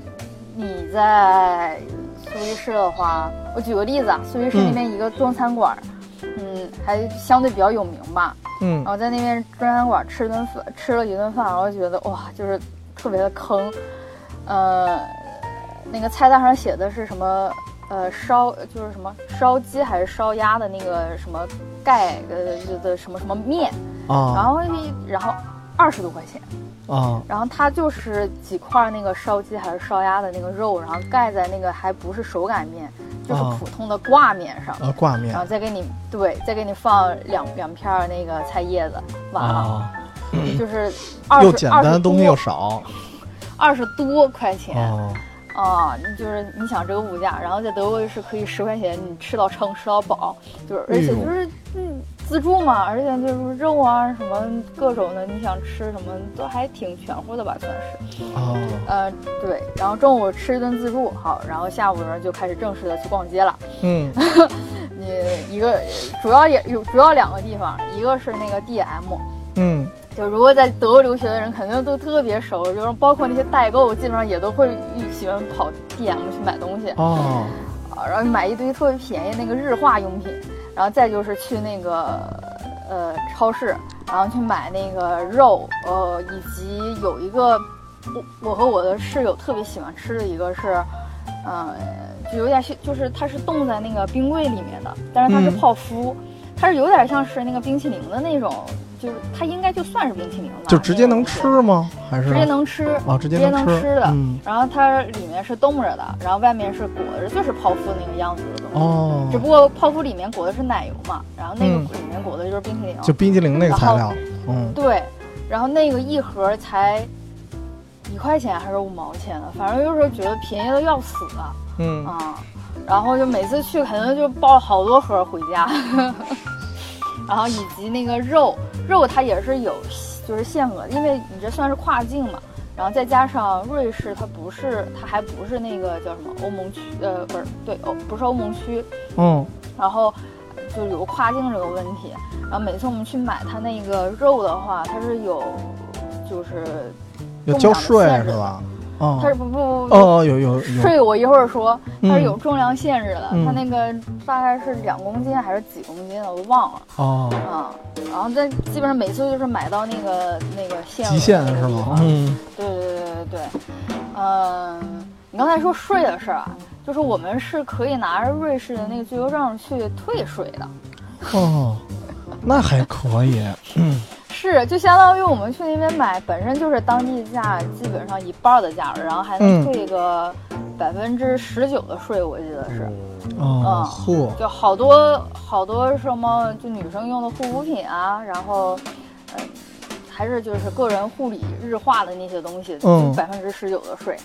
Speaker 3: 你在苏黎世的话，我举个例子啊，苏黎世那边一个中餐馆儿，嗯，还相对比较有名吧。
Speaker 1: 嗯
Speaker 3: 然，后在那边中餐馆吃顿饭，吃了一顿饭，然后觉得哇，就是特别的坑。呃，那个菜单上写的是什么？呃，烧就是什么烧鸡还是烧鸭的那个什么盖呃的什么什么面，然
Speaker 1: 啊
Speaker 3: 后一然后二十多块钱。
Speaker 1: 啊，
Speaker 3: 然后它就是几块那个烧鸡还是烧鸭的那个肉，然后盖在那个还不是手擀面，就是
Speaker 1: 啊
Speaker 3: 普通的挂面上，
Speaker 1: 啊，挂面
Speaker 3: 然后再给你对，再给你放两两片儿那个菜叶子，完了、
Speaker 1: 啊，
Speaker 3: 就是二
Speaker 1: 又
Speaker 3: 十
Speaker 1: 简
Speaker 3: 二十
Speaker 1: 单，东西又
Speaker 3: 多
Speaker 1: 少
Speaker 3: 二十多块钱
Speaker 1: 哦，
Speaker 3: 啊，你就是你想这个物价，然后在德国是可以十块钱你吃到撑吃到饱，就是
Speaker 1: 哎
Speaker 3: 而且
Speaker 1: 呦
Speaker 3: 就是嗯自助嘛，而且就是肉啊什么各种的，你想吃什么都还挺全乎的吧，算是。
Speaker 1: 哦，
Speaker 3: 呃，对，然后中午吃一顿自助，好，然后下午呢就开始正式的去逛街了。
Speaker 1: 嗯，
Speaker 3: 你一个主要也有主要两个地方，一个是那个 DM，
Speaker 1: 嗯，
Speaker 3: 就如果在德国留学的人，肯定都特别熟，就是包括那些代购，基本上也都会喜欢跑 DM 去买东西，
Speaker 1: 哦，
Speaker 3: 啊然后买一堆特别便宜那个日化用品，然后再就是去那个呃超市，然后去买那个肉，呃，以及有一个我我和我的室友特别喜欢吃的一个是，呃，就有点像就是它是冻在那个冰柜里面的，但是它是
Speaker 1: 嗯
Speaker 3: 泡芙，它是有点像是那个冰淇淋的那种，就是它应该就算是冰淇淋了，
Speaker 1: 就直接能
Speaker 3: 那种
Speaker 1: 吃吗？还是
Speaker 3: 东西，直接能吃。
Speaker 1: 啊，直接
Speaker 3: 直接
Speaker 1: 能
Speaker 3: 能
Speaker 1: 吃
Speaker 3: 吃的
Speaker 1: 嗯，
Speaker 3: 然后它里面是冻着的，然后外面是裹着，就是泡芙那个样子的东西。嗯只
Speaker 1: 哦，
Speaker 3: 不过泡芙里面裹的是奶油嘛，然后那个
Speaker 1: 嗯
Speaker 3: 里面裹的就是冰淇淋。
Speaker 1: 就冰激凌那个材料，嗯，
Speaker 3: 对，然后那个一盒才一块钱还是五毛钱的，反正就是觉得便宜的要死啊。
Speaker 1: 嗯，
Speaker 3: 然后就每次去肯定就抱好多盒回家， 然后以及那个肉，肉它也是有就是限额的，因为你这算是跨境嘛。然后再加上瑞士，它不是，它还不是那个叫什么欧盟区，呃，不是，对，欧不是欧盟区，
Speaker 1: 嗯，
Speaker 3: 然后就有跨境这个问题。然后每次我们去买它那个肉的话，它是有就是
Speaker 1: 要交税是吧？哦
Speaker 3: 它是，不不不
Speaker 1: 哦，有有有，
Speaker 3: 税，我一会儿说它是有
Speaker 1: 嗯，
Speaker 3: 重量限制的，
Speaker 1: 嗯
Speaker 3: 它那个大概是两公斤还是几公斤的，我忘了
Speaker 1: 哦，
Speaker 3: 啊。然后但基本上每次就是买到那个那个限额
Speaker 1: 极限
Speaker 3: 那个
Speaker 1: 是
Speaker 3: 地
Speaker 1: 吗
Speaker 3: 方？
Speaker 1: 嗯，
Speaker 3: 对对对对对，嗯，你刚才说税的事儿啊，就是我们是可以拿着瑞士的那个居留证去退税的。
Speaker 1: 哦，那还可以，嗯
Speaker 3: 是，就相当于我们去那边买，本身就是当地价，基本上一半儿的价儿，然后还能
Speaker 1: 嗯
Speaker 3: 退个百分之十九的税，我记得是。
Speaker 1: 哦，
Speaker 3: 嗯
Speaker 1: 呵，
Speaker 3: 就好多好多什么，就女生用的护肤品啊，然后，呃，还是就是个人护理日化的那些东西，
Speaker 1: 嗯
Speaker 3: 就百分之十九的税。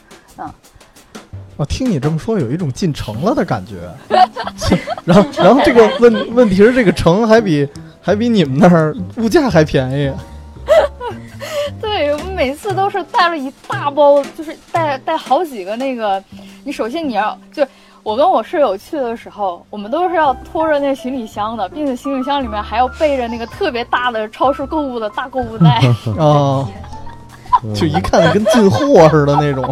Speaker 1: 我听你这么说，有一种进城了的感觉。 然后，然后这个问问题是，这个城还比还比你们那儿物价还便宜。
Speaker 3: 对，我们每次都是带了一大包，就是带带好几个那个。你首先你要就我跟我室友去的时候，我们都是要拖着那行李箱的，并且行李箱里面还要备着那个特别大的超市购物的大购物袋。
Speaker 1: 啊，就一看跟进货似的那种。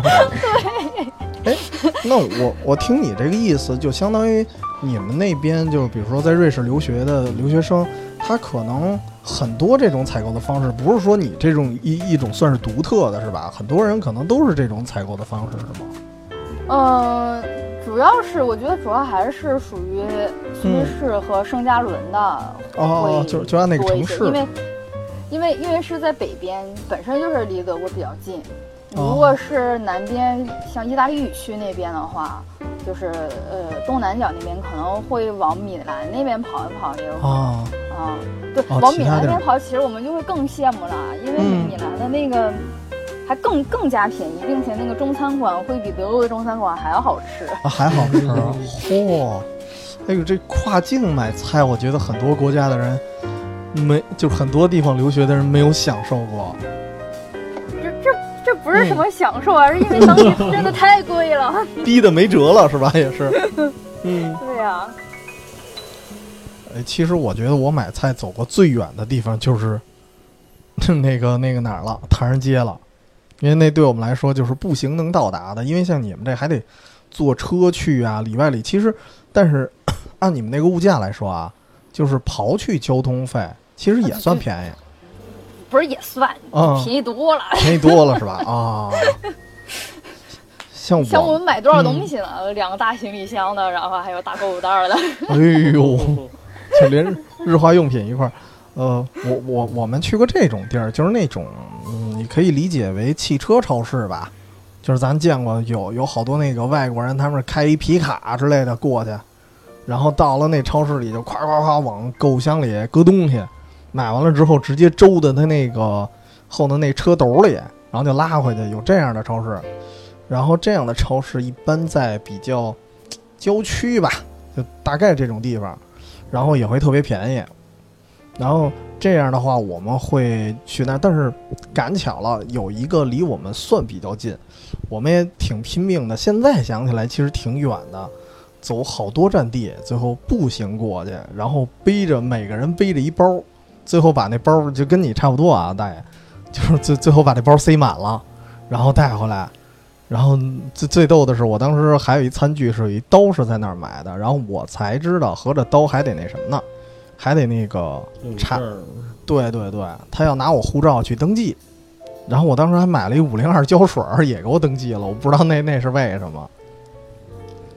Speaker 1: 哎，那我我听你这个意思，就相当于你们那边，就是比如说在瑞士留学的留学生，他可能很多这种采购的方式，不是说你这种一一种算是独特的，是吧？很多人可能都是这种采购的方式，是吗？
Speaker 3: 嗯，主要是我觉得主要还是属于苏黎世和圣加伦的
Speaker 1: 嗯哦，就就按那
Speaker 3: 会
Speaker 1: 个
Speaker 3: 多一
Speaker 1: 城
Speaker 3: 些，
Speaker 1: 市，
Speaker 3: 因为因为因为是在北边，本身就是离德国比较近。
Speaker 1: 哦
Speaker 3: 如果是南边，像意大利语区那边的话，就是呃东南角那边可能会往米兰那边跑一跑，也有可能。
Speaker 1: 啊，
Speaker 3: 啊，对，
Speaker 1: 哦
Speaker 3: 往
Speaker 1: 其
Speaker 3: 米
Speaker 1: 他
Speaker 3: 兰那
Speaker 1: 地儿
Speaker 3: 边跑，其实我们就会更羡慕了，因为
Speaker 1: 嗯
Speaker 3: 米兰的那个还更更加便宜，并且那个中餐馆会比德国的中餐馆还要好吃。
Speaker 1: 啊还好吃啊，嚯、哎呦，这跨境买菜，我觉得很多国家的人没，就是很多地方留学的人没有享受过。
Speaker 3: 这这这不是什
Speaker 1: 嗯
Speaker 3: 么享受啊，而是因为当地真的太贵 了。
Speaker 1: 逼得没辙了，是吧？也是。嗯，
Speaker 3: 对啊呀、
Speaker 1: 哎，其实我觉得我买菜走过最远的地方就是 那个那个哪儿了，唐人街了，因为那对我们来说就是步行能到达的，因为像你们这还得坐车去啊，里外里。其实，但是按你们那个物价来说啊，就是刨去交通费，其实也算便宜，
Speaker 3: 不是也算，
Speaker 1: 啊嗯
Speaker 3: 便宜多了。
Speaker 1: 便宜多了是吧？啊， 像
Speaker 3: 像我
Speaker 1: 我
Speaker 3: 们，买多少
Speaker 1: 嗯
Speaker 3: 东西呢？两个大行李箱的，然后还有大购物袋儿的。
Speaker 1: 哎呦。就连日化用品一块儿。呃，我我我们去过这种地儿，就是那种，嗯，你可以理解为汽车超市吧，就是咱见过有有好多那个外国人，他们是开一皮卡之类的过去，然后到了那超市里就咵咵咵往购物箱里搁东西，买完了之后直接周到他那个后头那车斗里，然后就拉回去，有这样的超市，然后这样的超市一般在比较郊区吧，就大概这种地方，然后也会特别便宜。然后这样的话，我们会去那，但是赶巧了，有一个离我们算比较近，我们也挺拼命的。现在想起来，其实挺远的，走好多站地，最后步行过去，然后背着每个人背着一包，最后把那包就跟你差不多啊，大爷，就是最最后把那包塞满了，然后带回来。然后最最逗的是，我当时还有一餐具是有一刀是在那儿买的，然后我才知道，合着刀还得那什么呢，还得那个
Speaker 5: 有
Speaker 1: 差
Speaker 5: 事儿
Speaker 1: 对对对，他要拿我护照去登记，然后我当时还买了一五零二胶水儿，也给我登记了，我不知道那那是为什么。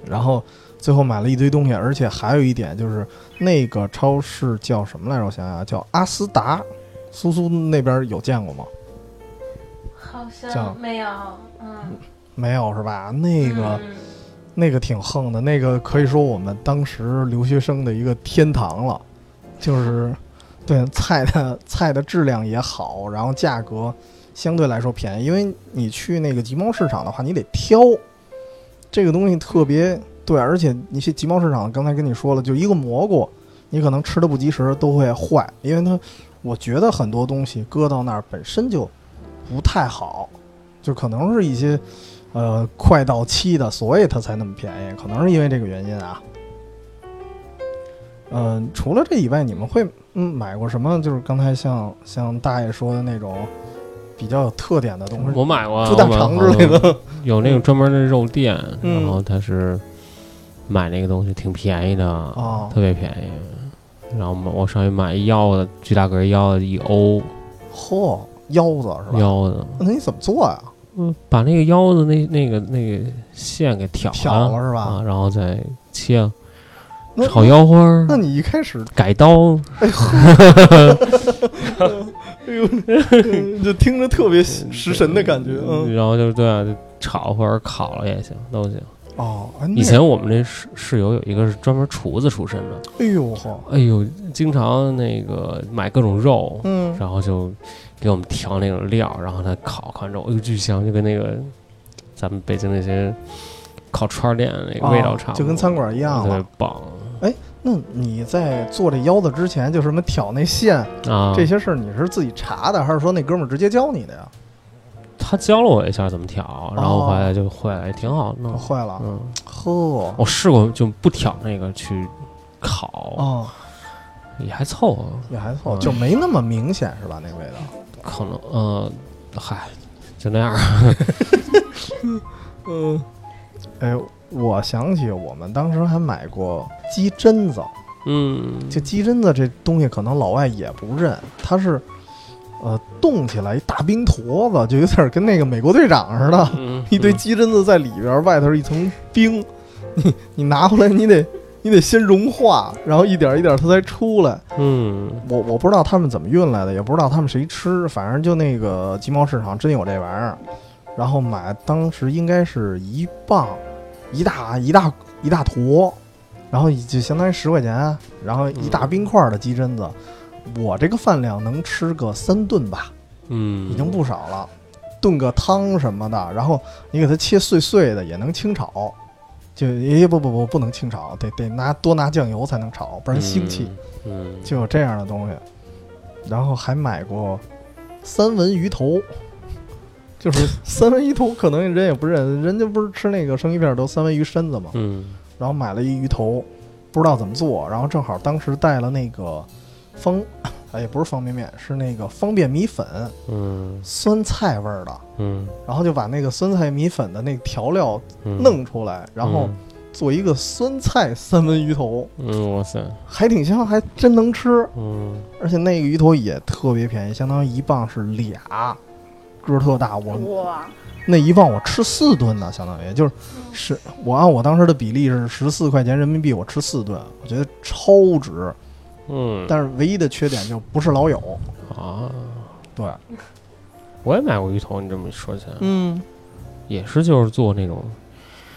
Speaker 1: 然后最后买了一堆东西，而且还有一点就是那个超市叫什么来着？我想想啊，叫阿斯达，苏苏那边有见过吗？
Speaker 4: 好
Speaker 1: 叫
Speaker 4: 像没有，嗯，
Speaker 1: 没有是吧？那个、那个挺横的，那个可以说我们当时留学生的一个天堂了，就是对菜的菜的质量也好，然后价格相对来说便宜，因为你去那个集贸市场的话，你得挑这个东西特别对，而且你去集贸市场，刚才跟你说了，就一个蘑菇，你可能吃的不及时都会坏，因为它我觉得很多东西搁到那儿本身就不太好，就可能是一些。呃，快到期的，所以它才那么便宜，可能是因为这个原因啊。嗯、除了这以外，你们会嗯买过什么？就是刚才像像大爷说的那种比较有特点的东西，
Speaker 2: 我买过啊
Speaker 1: 猪大肠之类，
Speaker 2: 我买过
Speaker 1: 的。
Speaker 2: 有那种专门的肉店，
Speaker 1: 嗯
Speaker 2: 然后他是买那个东西挺便宜的，
Speaker 1: 哦
Speaker 2: 特别便宜。然后我上去买一腰子，巨大个儿腰子一欧
Speaker 1: 嚯、腰子是吧？
Speaker 2: 腰子，
Speaker 1: 那你怎么做啊呀、
Speaker 2: 嗯，把那个腰子那那个那个线给挑
Speaker 1: 挑了是吧
Speaker 2: 啊，然后再切
Speaker 1: 那
Speaker 2: 炒腰花儿
Speaker 1: 那，你一开 始，
Speaker 2: 改刀，
Speaker 1: 哎呦，就听着特别食神的感觉。嗯，
Speaker 2: 然后就是对啊，就炒或者烤了也行，都行。
Speaker 1: 哦，哎那
Speaker 2: 以前我们这室室友有一个是专门厨子出身的，
Speaker 1: 哎呦嚯，
Speaker 2: 哎呦，经常那个买各种肉，
Speaker 1: 嗯，
Speaker 2: 然后就给我们调那种料，然后他烤烤完之后，哎呦巨香，就跟那个咱们北京那些烤串儿店那个味道
Speaker 1: 哦
Speaker 2: 差不多，
Speaker 1: 就跟餐馆一样啊
Speaker 2: 特
Speaker 1: 了
Speaker 2: 别。棒
Speaker 1: 那你在做这腰子之前，就是什么挑那线，
Speaker 2: 啊！
Speaker 1: 这些事儿你是自己查的，还是说那哥们儿直接教你的呀？
Speaker 2: 他教了我一下怎么调，然后回来就会了，也挺好弄
Speaker 1: 哦、。坏了，
Speaker 2: 嗯，
Speaker 1: 呵，
Speaker 2: 我试过就不挑那个去烤，
Speaker 1: 哦，
Speaker 2: 也还凑合，
Speaker 1: 也还凑，
Speaker 2: 嗯
Speaker 1: 就没那么明显是吧？那个味道。
Speaker 2: 可能呃，嗨，就那样儿。
Speaker 1: 嗯，哎，我想起我们当时还买过鸡胗子，
Speaker 2: 嗯，
Speaker 1: 这鸡胗子这东西可能老外也不认，它是。呃，冻起来一大冰坨子，就有点儿跟那个美国队长似的，
Speaker 2: 嗯
Speaker 1: 一堆鸡胗子在里边儿，外头是一层冰，你你拿回来，你得你得先融化，然后一点儿一点儿它才出来。
Speaker 2: 嗯
Speaker 1: 我我不知道他们怎么运来的，也不知道他们谁吃，反正就那个集贸市场真有这玩意儿，然后买当时应该是一磅，一大一大一大坨，然后就相当于十块钱，然后一
Speaker 2: 嗯
Speaker 1: 大冰块儿的鸡胗子，我这个饭量能吃个三顿吧，
Speaker 2: 嗯，
Speaker 1: 已经不少了，炖个汤什么的，然后你给它切碎碎的也能清炒，就也不不不不能清炒，得得拿多拿酱油才能炒，不然腥气。
Speaker 2: 嗯。嗯，
Speaker 1: 就有这样的东西，然后还买过三文鱼头，就是三文鱼头，可能人也不认，人家不是吃那个生鱼片儿都三文鱼身子嘛，
Speaker 2: 嗯
Speaker 1: 然后买了一鱼头，不知道怎么做，然后正好当时带了那个方，哎也不是方便面，是那个方便米粉，
Speaker 2: 嗯
Speaker 1: 酸菜味儿的，
Speaker 2: 嗯
Speaker 1: 然后就把那个酸菜米粉的那个调料
Speaker 2: 嗯，
Speaker 1: 弄出来，然后做一个酸菜三文鱼头，
Speaker 2: 嗯，嗯，哇塞，
Speaker 1: 还挺香，还真能吃。
Speaker 2: 嗯
Speaker 1: 而且那个鱼头也特别便宜，相当于一磅是俩，个儿特大。我
Speaker 3: 哇，
Speaker 1: 那一磅我吃四顿呢，相当于就是是我按我当时的比例是十四块钱人民币，我吃四顿，我觉得超值。
Speaker 2: 嗯
Speaker 1: 但是唯一的缺点就不是老友。
Speaker 2: 啊，
Speaker 1: 对，
Speaker 2: 我也买过鱼头，你这么一说起来，
Speaker 1: 嗯，
Speaker 2: 也是就是做那种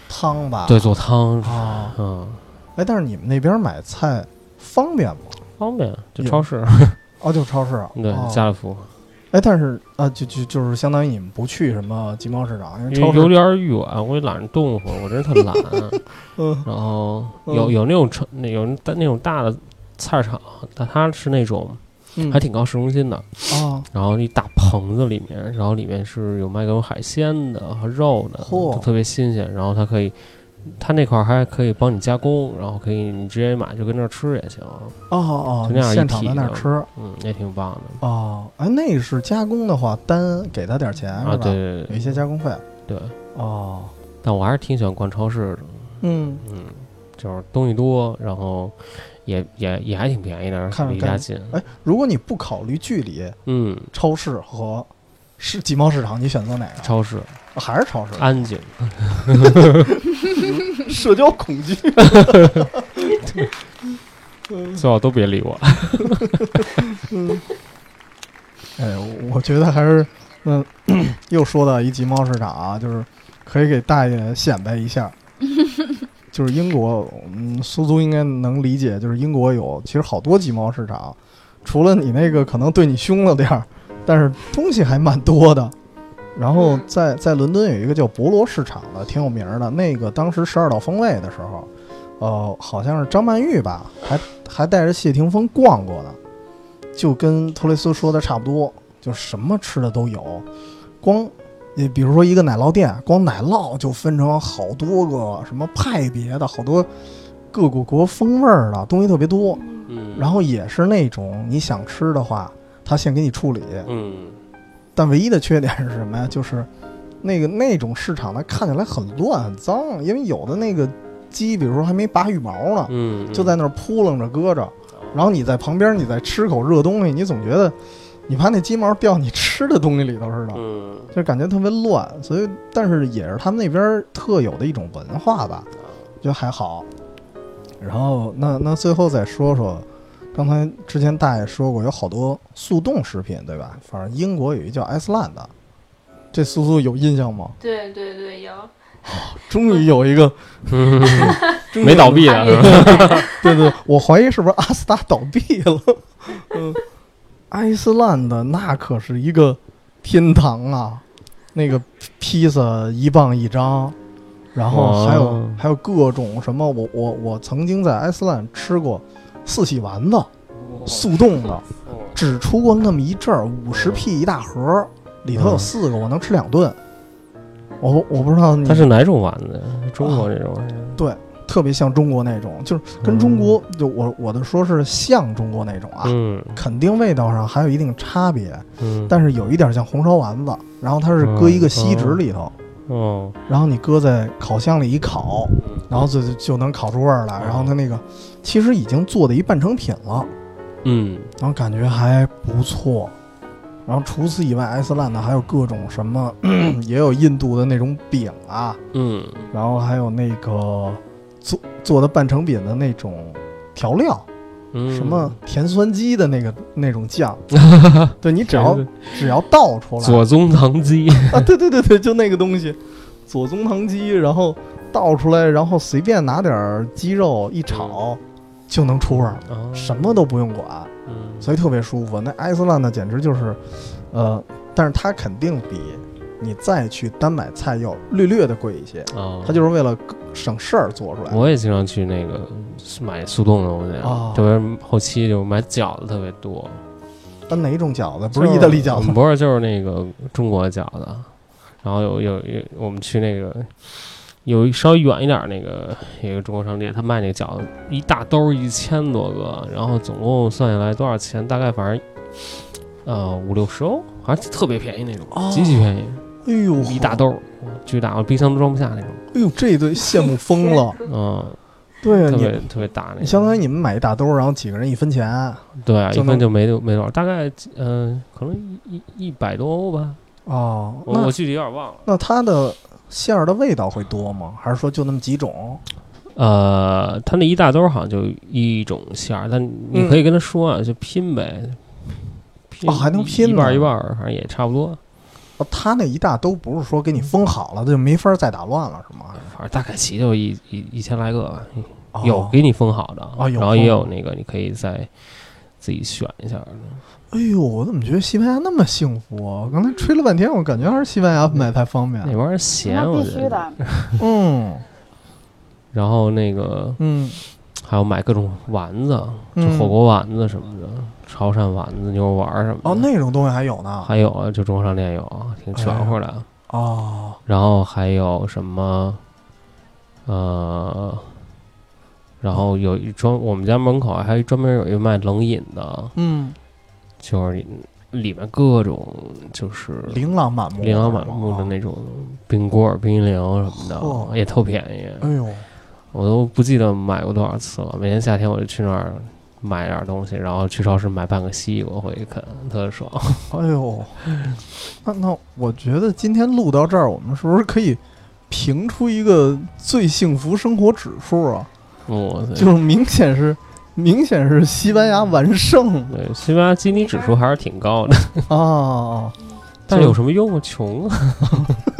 Speaker 1: 汤吧。
Speaker 2: 对做汤，
Speaker 1: 啊，
Speaker 2: 嗯，
Speaker 1: 哎，但是你们那边买菜方便吗？
Speaker 2: 方便，就
Speaker 1: 有
Speaker 2: 超市，
Speaker 1: 哦，就超市啊。
Speaker 2: 对
Speaker 1: 哦，
Speaker 2: 家乐福，
Speaker 1: 哎，但是啊，就就就是相当于你们不去什么集贸市场，因为
Speaker 2: 因为
Speaker 1: 超
Speaker 2: 有
Speaker 1: 市，
Speaker 2: 点远，我也懒得动活，我真是特懒。
Speaker 1: 嗯
Speaker 2: 然后有有那种成那有那那种大的菜市场，但它是那种
Speaker 1: 嗯
Speaker 2: 还挺高市中心的。
Speaker 1: 啊，
Speaker 2: 然后一大棚子里面，然后里面是有卖各种海鲜的和肉的，
Speaker 1: 嚯
Speaker 2: 就特别新鲜。然后它可以，它那块儿还可以帮你加工，然后可以你直接买就跟那儿吃也行。
Speaker 1: 哦哦
Speaker 2: 就那样，一
Speaker 1: 现场
Speaker 2: 体
Speaker 1: 在那儿
Speaker 2: 的
Speaker 1: 吃
Speaker 2: 嗯，也挺棒的
Speaker 1: 哦，哎，那是加工的话，单给他点钱是
Speaker 2: 啊！
Speaker 1: 吧？
Speaker 2: 对对
Speaker 1: 有
Speaker 2: 对
Speaker 1: 一些加工费
Speaker 2: 对，
Speaker 1: 哦，
Speaker 2: 但我还是挺喜欢逛超市的，
Speaker 1: 嗯，
Speaker 2: 嗯，就是东西多，然后也也也还挺便宜的，
Speaker 1: 看着
Speaker 2: 离家
Speaker 1: 干
Speaker 2: 近。
Speaker 1: 哎，如果你不考虑距离，
Speaker 2: 嗯，
Speaker 1: 超市和市集贸市场，你选择哪个？
Speaker 2: 超市
Speaker 1: 还是超市？
Speaker 2: 安静，
Speaker 1: 社交恐惧。
Speaker 2: 最好都别理我。
Speaker 1: 哎，我我觉得还是，嗯， 又说到一集贸市场啊，就是可以给大爷显摆一下，就是英国，嗯，苏苏应该能理解，就是英国有其实好多集贸市场，除了你那个可能对你凶了点儿，但是东西还蛮多的。然后
Speaker 4: 嗯
Speaker 1: 在在伦敦有一个叫博罗市场的，挺有名儿的。那个当时十二道锋卫的时候，呃，好像是张曼玉吧，还还带着谢霆锋逛过呢，就跟托雷斯说的差不多，就什么吃的都有，光。你呃比如说一个奶酪店，光奶酪就分成好多个什么派别的，好多各个国风味儿的东西特别多。
Speaker 2: 嗯，
Speaker 1: 然后也是那种你想吃的话，他先给你处理。
Speaker 2: 嗯，
Speaker 1: 但唯一的缺点是什么呀？就是那个那种市场它看起来很乱很脏，因为有的那个鸡，比如说还没拔羽毛呢，
Speaker 2: 嗯，哦
Speaker 1: 就在那儿扑棱着搁着，然后你在旁边你再吃口热东西，你总觉得你怕那鸡毛掉你吃的东西里头似的。
Speaker 2: 嗯
Speaker 1: 就感觉特别乱，所以但是也是他们那边儿特有的一种文化吧，就还好。然后那那最后再说说，刚才之前大爷说过有好多速冻食品，对吧？反正英国有一叫埃斯兰的，这苏苏有印象吗？
Speaker 4: 对对对，有
Speaker 1: 终于有一个，
Speaker 2: 嗯，
Speaker 1: 终于有一个
Speaker 2: 没倒闭 啊，
Speaker 4: 啊
Speaker 2: 是
Speaker 1: 嗯
Speaker 2: 吧？
Speaker 1: 对对，我怀疑是不是阿斯达倒闭了？嗯，埃斯兰的那可是一个天堂啊，那个披萨一磅一张，然后还有、
Speaker 2: 哦
Speaker 1: 还有各种什么，我我我曾经在埃斯兰吃过四喜丸子，速冻的，只出过那么一阵儿，五十 P 一大盒儿，里头有
Speaker 2: 嗯
Speaker 1: 四个，我能吃两顿。我不我不知道你
Speaker 2: 它是哪种丸子？呀？中国这种
Speaker 1: 特别像中国那种，就是啊跟中国、就我我的说是像中国那种啊，
Speaker 2: 嗯
Speaker 1: 肯定味道上还有一定差别，
Speaker 2: 嗯，
Speaker 1: 但是有一点像红烧丸子，然后它是搁一个锡纸
Speaker 2: 嗯
Speaker 1: 里头，
Speaker 2: 哦，
Speaker 1: 然后你搁在烤箱里一烤，
Speaker 2: 嗯
Speaker 1: 然后就就能烤出味儿来。
Speaker 2: 哦
Speaker 1: 然后它那个其实已经做的一半成品了，
Speaker 2: 嗯
Speaker 1: 然后感觉还不错。然后除此以外，埃斯兰的还有各种什么， 也有印度的那种饼啊，
Speaker 2: 嗯
Speaker 1: 然后还有那个做做的半成品的那种调料，
Speaker 2: 嗯，
Speaker 1: 什么甜酸鸡的那个那种 酱，对你只要只要倒出来
Speaker 2: 左宗棠鸡？
Speaker 1: 啊，对对对对，就那个东西，左宗棠鸡，然后倒出来，然后随便拿点儿鸡肉一
Speaker 2: 嗯
Speaker 1: 炒，就能出味儿，
Speaker 2: 哦
Speaker 1: 什么都不用管，
Speaker 2: 嗯
Speaker 1: 所以特别舒服。那埃斯兰呢，简直就是，呃，但是它肯定比你再去单买菜要略略的贵一些，
Speaker 2: 哦，
Speaker 1: 它就是为了省事儿做出来。
Speaker 2: 我也经常去那个买速冻的东西
Speaker 1: 哦
Speaker 2: 特别是后期就买饺子特别多，
Speaker 1: 那哪种饺子？不是意大利饺
Speaker 2: 就是嗯
Speaker 1: 子，
Speaker 2: 不是就是那个中国饺子。然后有有有，我们去那个有一稍微远一点儿那个有一个中国商店，他卖那个饺子一大兜儿一千多个，然后总共算下来多少钱？大概反正呃五六十欧，好像特别便宜那种，
Speaker 1: 哦
Speaker 2: 极其便宜，
Speaker 1: 哎呦，
Speaker 2: 一大兜儿，巨大，我冰箱都装不下那种。
Speaker 1: 哎呦，这顿羡慕疯了。
Speaker 2: 嗯，
Speaker 1: 对啊，
Speaker 2: 特
Speaker 1: 你
Speaker 2: 别特别大那个。
Speaker 1: 你相当于你们买一大兜，然后几个人一分钱。
Speaker 2: 对啊，
Speaker 1: 就
Speaker 2: 一
Speaker 1: 能
Speaker 2: 分就没多没多少，大概嗯、呃可能一一一百多欧吧，
Speaker 1: 哦，
Speaker 2: 我
Speaker 1: 那
Speaker 2: 我具体有点忘了。
Speaker 1: 那它的馅儿的味道会多吗？还是说就那么几种？
Speaker 2: 呃，他那一大兜好像就一种馅儿，但你可以跟他说啊，就拼呗，拼
Speaker 1: 嗯哦还能
Speaker 2: 一
Speaker 1: 拼
Speaker 2: 一半儿
Speaker 1: 呢
Speaker 2: 一半儿，反正也差不多，
Speaker 1: 哦，它那一大兜不是说给你封好了，就没法再打乱了，是吗？
Speaker 2: 反正大概齐就一一一千来个吧，
Speaker 1: 哦
Speaker 2: 有给你封好的，
Speaker 1: 哦有
Speaker 2: 然后也
Speaker 1: 封
Speaker 2: 有那个你可以再自己选一下的。
Speaker 1: 哎呦，我怎么觉得西班牙那么幸福啊？我刚才吹了半天，我感觉还是西班牙买菜方
Speaker 2: 那
Speaker 1: 便。
Speaker 2: 玩意儿咸，
Speaker 3: 那
Speaker 2: 我
Speaker 3: 必
Speaker 2: 觉
Speaker 3: 须
Speaker 2: 得。
Speaker 3: 的，
Speaker 1: 嗯
Speaker 2: 然后那个
Speaker 1: 嗯，
Speaker 2: 还有买各种丸子，就
Speaker 1: 嗯
Speaker 2: 火锅丸子什么的，潮汕丸子、牛肉丸儿什么的。
Speaker 1: 哦，那种东西还有呢。
Speaker 2: 还有啊，就中国商店有，挺全乎的。
Speaker 1: 哦，
Speaker 2: 然后还有什么，呃，然后有一专，我们家门口还专门有一卖冷饮的，
Speaker 1: 嗯，
Speaker 2: 就是里面各种就是
Speaker 1: 琳琅满目，
Speaker 2: 琳琅满目的那种冰棍儿、冰激凌什么的，
Speaker 1: 嚯
Speaker 2: 也特便宜。
Speaker 1: 哎呦，
Speaker 2: 我都不记得买过多少次了。每年夏天我就去那儿买点儿东西，然后去超市买半个西瓜回去啃，特爽。
Speaker 1: 哎呦，那那我觉得今天录到这儿，我们是不是可以评出一个最幸福生活指数啊？
Speaker 2: 哇塞！
Speaker 1: 就是明显是。明显是西班牙完胜
Speaker 2: 对，西班牙基尼指数还是挺高的，
Speaker 1: 啊！
Speaker 2: 但有什么用啊？穷啊，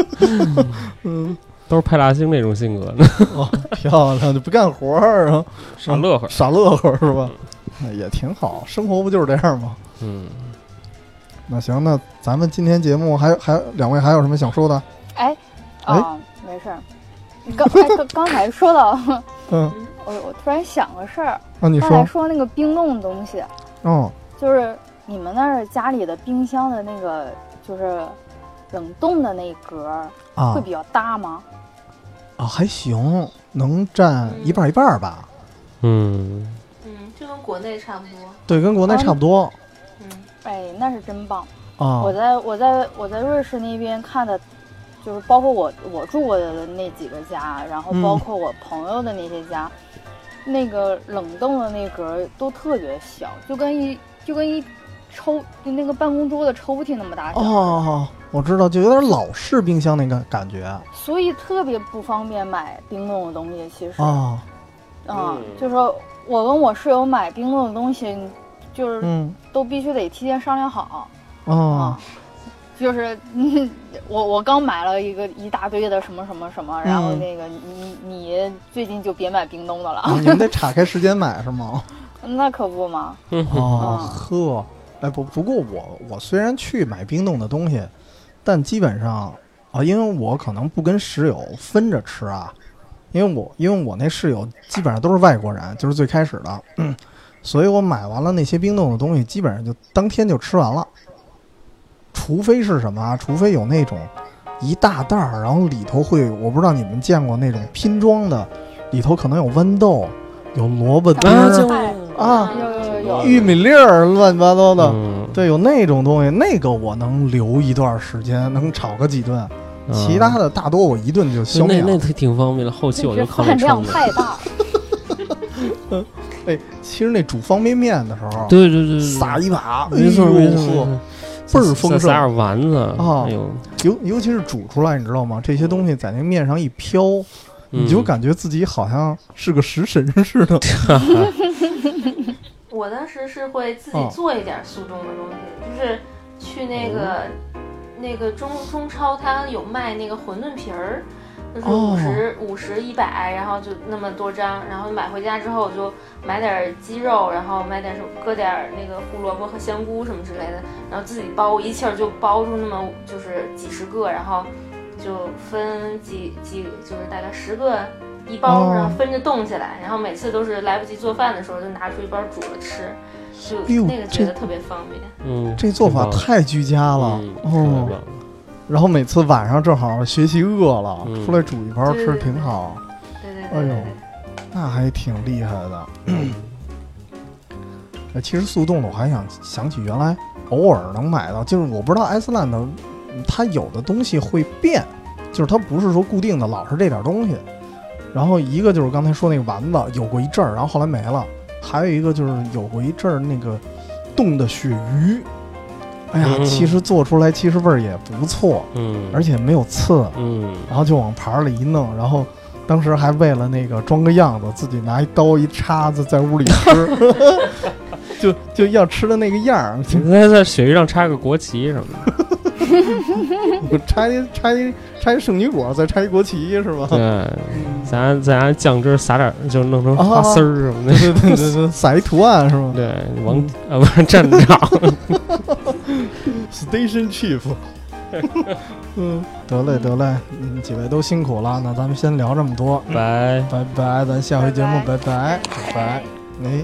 Speaker 1: 嗯，
Speaker 2: 都是派大星那种性格呢，
Speaker 1: 哦，漂亮，就不干活儿啊，
Speaker 2: 傻乐呵。
Speaker 1: 傻乐呵是嗯吧？那也挺好，生活不就是这样吗？
Speaker 2: 嗯，
Speaker 1: 那行，那咱们今天节目还还两位还有什么想说的？
Speaker 3: 哎，
Speaker 1: 哎
Speaker 3: 啊，没事儿。你刚哎刚刚才说到，
Speaker 1: 嗯，
Speaker 3: 我我突然想个事儿，
Speaker 1: 那啊你
Speaker 3: 刚才
Speaker 1: 说，
Speaker 3: 说那个冰冻的东西，啊
Speaker 1: 嗯，
Speaker 3: 就是你们那儿家里的冰箱的那个，就是冷冻的那一格儿
Speaker 1: 啊
Speaker 3: 会比较大吗？
Speaker 1: 啊，还行，能占一半儿一半儿吧。
Speaker 2: 嗯，
Speaker 4: 嗯，就跟国内差不多。
Speaker 1: 对，跟国内差不多
Speaker 4: 嗯，
Speaker 3: 哎，那是真棒！
Speaker 1: 啊
Speaker 3: 我。在我在我在瑞士那边看的，就是包括我我住过的那几个家，然后
Speaker 1: 嗯
Speaker 3: 包括我朋友的那些家，那个冷冻的那格儿都特别小，就跟一就跟一抽就那个办公桌的抽屉那么大小，
Speaker 1: 哦，我知道，就有点老式冰箱那个感觉啊
Speaker 3: 所以特别不方便买冰冻的东西。其实，
Speaker 1: 啊。
Speaker 3: 嗯
Speaker 2: 嗯，
Speaker 3: 就是说我跟我室友买冰冻的东西，就是
Speaker 1: 嗯
Speaker 3: 都必须得提前商量好。哦
Speaker 1: 啊
Speaker 3: 就是嗯我我刚买了一个一大堆的什么什么什么，然后那个你你最近就别买冰冻的了，
Speaker 1: 啊，你们得岔开时间买是吗？
Speaker 3: 那可不嘛。
Speaker 1: 哦
Speaker 3: 嗯
Speaker 1: 呵，哎不不过我我虽然去买冰冻的东西，但基本上啊，因为我可能不跟室友分着吃啊，因为我因为我那室友基本上都是外国人，就是最开始的， 嗯所以我买完了那些冰冻的东西，基本上就当天就吃完了，除非是什么啊，除非有那种一大袋儿，然后里头会我不知道你们见过那种拼装的，里头可能有豌豆。有萝卜丁
Speaker 2: 啊，
Speaker 1: 儿，
Speaker 2: 就
Speaker 1: 啊
Speaker 4: 嗯
Speaker 3: 有有有
Speaker 1: 玉米粒儿，乱七八糟的。
Speaker 2: 嗯
Speaker 1: 对，有那种东西，那个我能留一段时间，能炒个几顿。
Speaker 2: 嗯
Speaker 1: 其他啊的大多我一顿就消
Speaker 2: 那
Speaker 1: 灭
Speaker 2: 那
Speaker 1: 了。
Speaker 2: 挺挺方便的，后期我
Speaker 3: 这
Speaker 2: 就靠那
Speaker 3: 饭量
Speaker 2: 撑着。
Speaker 3: 太大了，
Speaker 1: 哎，其实那煮方便面的时候，啊
Speaker 2: 对对对，对
Speaker 1: 撒，一把，
Speaker 2: 嗯没错
Speaker 1: 哎呦
Speaker 2: 没错没错，
Speaker 1: 倍儿
Speaker 2: 再
Speaker 1: 丰盛
Speaker 2: 再撒点丸子
Speaker 1: 啊
Speaker 2: 哎呦，
Speaker 1: 尤尤其是煮出来，你知道吗？这些东西在那面上一飘，你就
Speaker 2: 嗯
Speaker 1: 感觉自己好像是个食神似的。
Speaker 4: 我当时是会自己
Speaker 1: 哦
Speaker 4: 做一点速冻的东西，就是去那个、
Speaker 1: 哦
Speaker 4: 那个中中超，它有卖那个馄饨皮儿，就是
Speaker 1: 哦
Speaker 4: 五十五十一百，然后就那么多张，然后买回家之后我就买点鸡肉，然后买点什么搁点那个胡萝卜和香菇什么之类的，然后自己包，一气儿就包出那么就是几十个，然后就分几几就是大概十个。一包，
Speaker 1: 哦
Speaker 4: 然后分着冻起来，然后每次都是来不及做饭的时候就拿出一包煮了吃，就
Speaker 1: 哎呦
Speaker 4: 那个觉
Speaker 1: 这
Speaker 4: 得特别方便。
Speaker 2: 嗯，
Speaker 1: 这做法太居家
Speaker 2: 棒
Speaker 1: 了
Speaker 2: 嗯，特别
Speaker 1: 哦。
Speaker 2: 棒
Speaker 1: 然后每次晚上正好学习饿了，
Speaker 2: 嗯
Speaker 1: 出来煮一包吃
Speaker 4: 对
Speaker 1: 挺好，
Speaker 4: 对对
Speaker 1: 哎
Speaker 4: 对
Speaker 1: 呦
Speaker 4: 对
Speaker 1: 那还挺厉害的。哎，其实速冻的我还想想起原来偶尔能买到，就是我不知道埃斯兰的，嗯它有的东西会变，就是它不是说固定的，老是这点东西。然后一个就是刚才说那个丸子，有过一阵儿，然后后来没了；还有一个就是有过一阵儿那个冻的鳕鱼，哎呀，
Speaker 2: 嗯
Speaker 1: 其实做出来其实味儿也不错，
Speaker 2: 嗯，
Speaker 1: 而且没有刺，
Speaker 2: 嗯，
Speaker 1: 然后就往盘儿里一弄，然后当时还为了那个装个样子，自己拿一刀一叉子在屋里吃，就就要吃的那个样儿，就
Speaker 2: 你在在雪域上插个国旗什么 的，
Speaker 1: 我拆一拆一拆一圣女果，再拆一国旗是吧？
Speaker 2: 对，咱咱酱汁儿撒点儿，就弄成花丝儿什么的。
Speaker 1: 对对对对，撒一图案是吗
Speaker 2: 对，王啊不是站长，
Speaker 1: ？Station Chief，嗯，得嘞得嘞，嗯，几位都辛苦了，那咱们先聊这么多，
Speaker 2: 拜。
Speaker 1: 拜拜，咱下回节目
Speaker 3: 拜
Speaker 1: 拜拜拜
Speaker 3: 拜
Speaker 1: 拜，哎。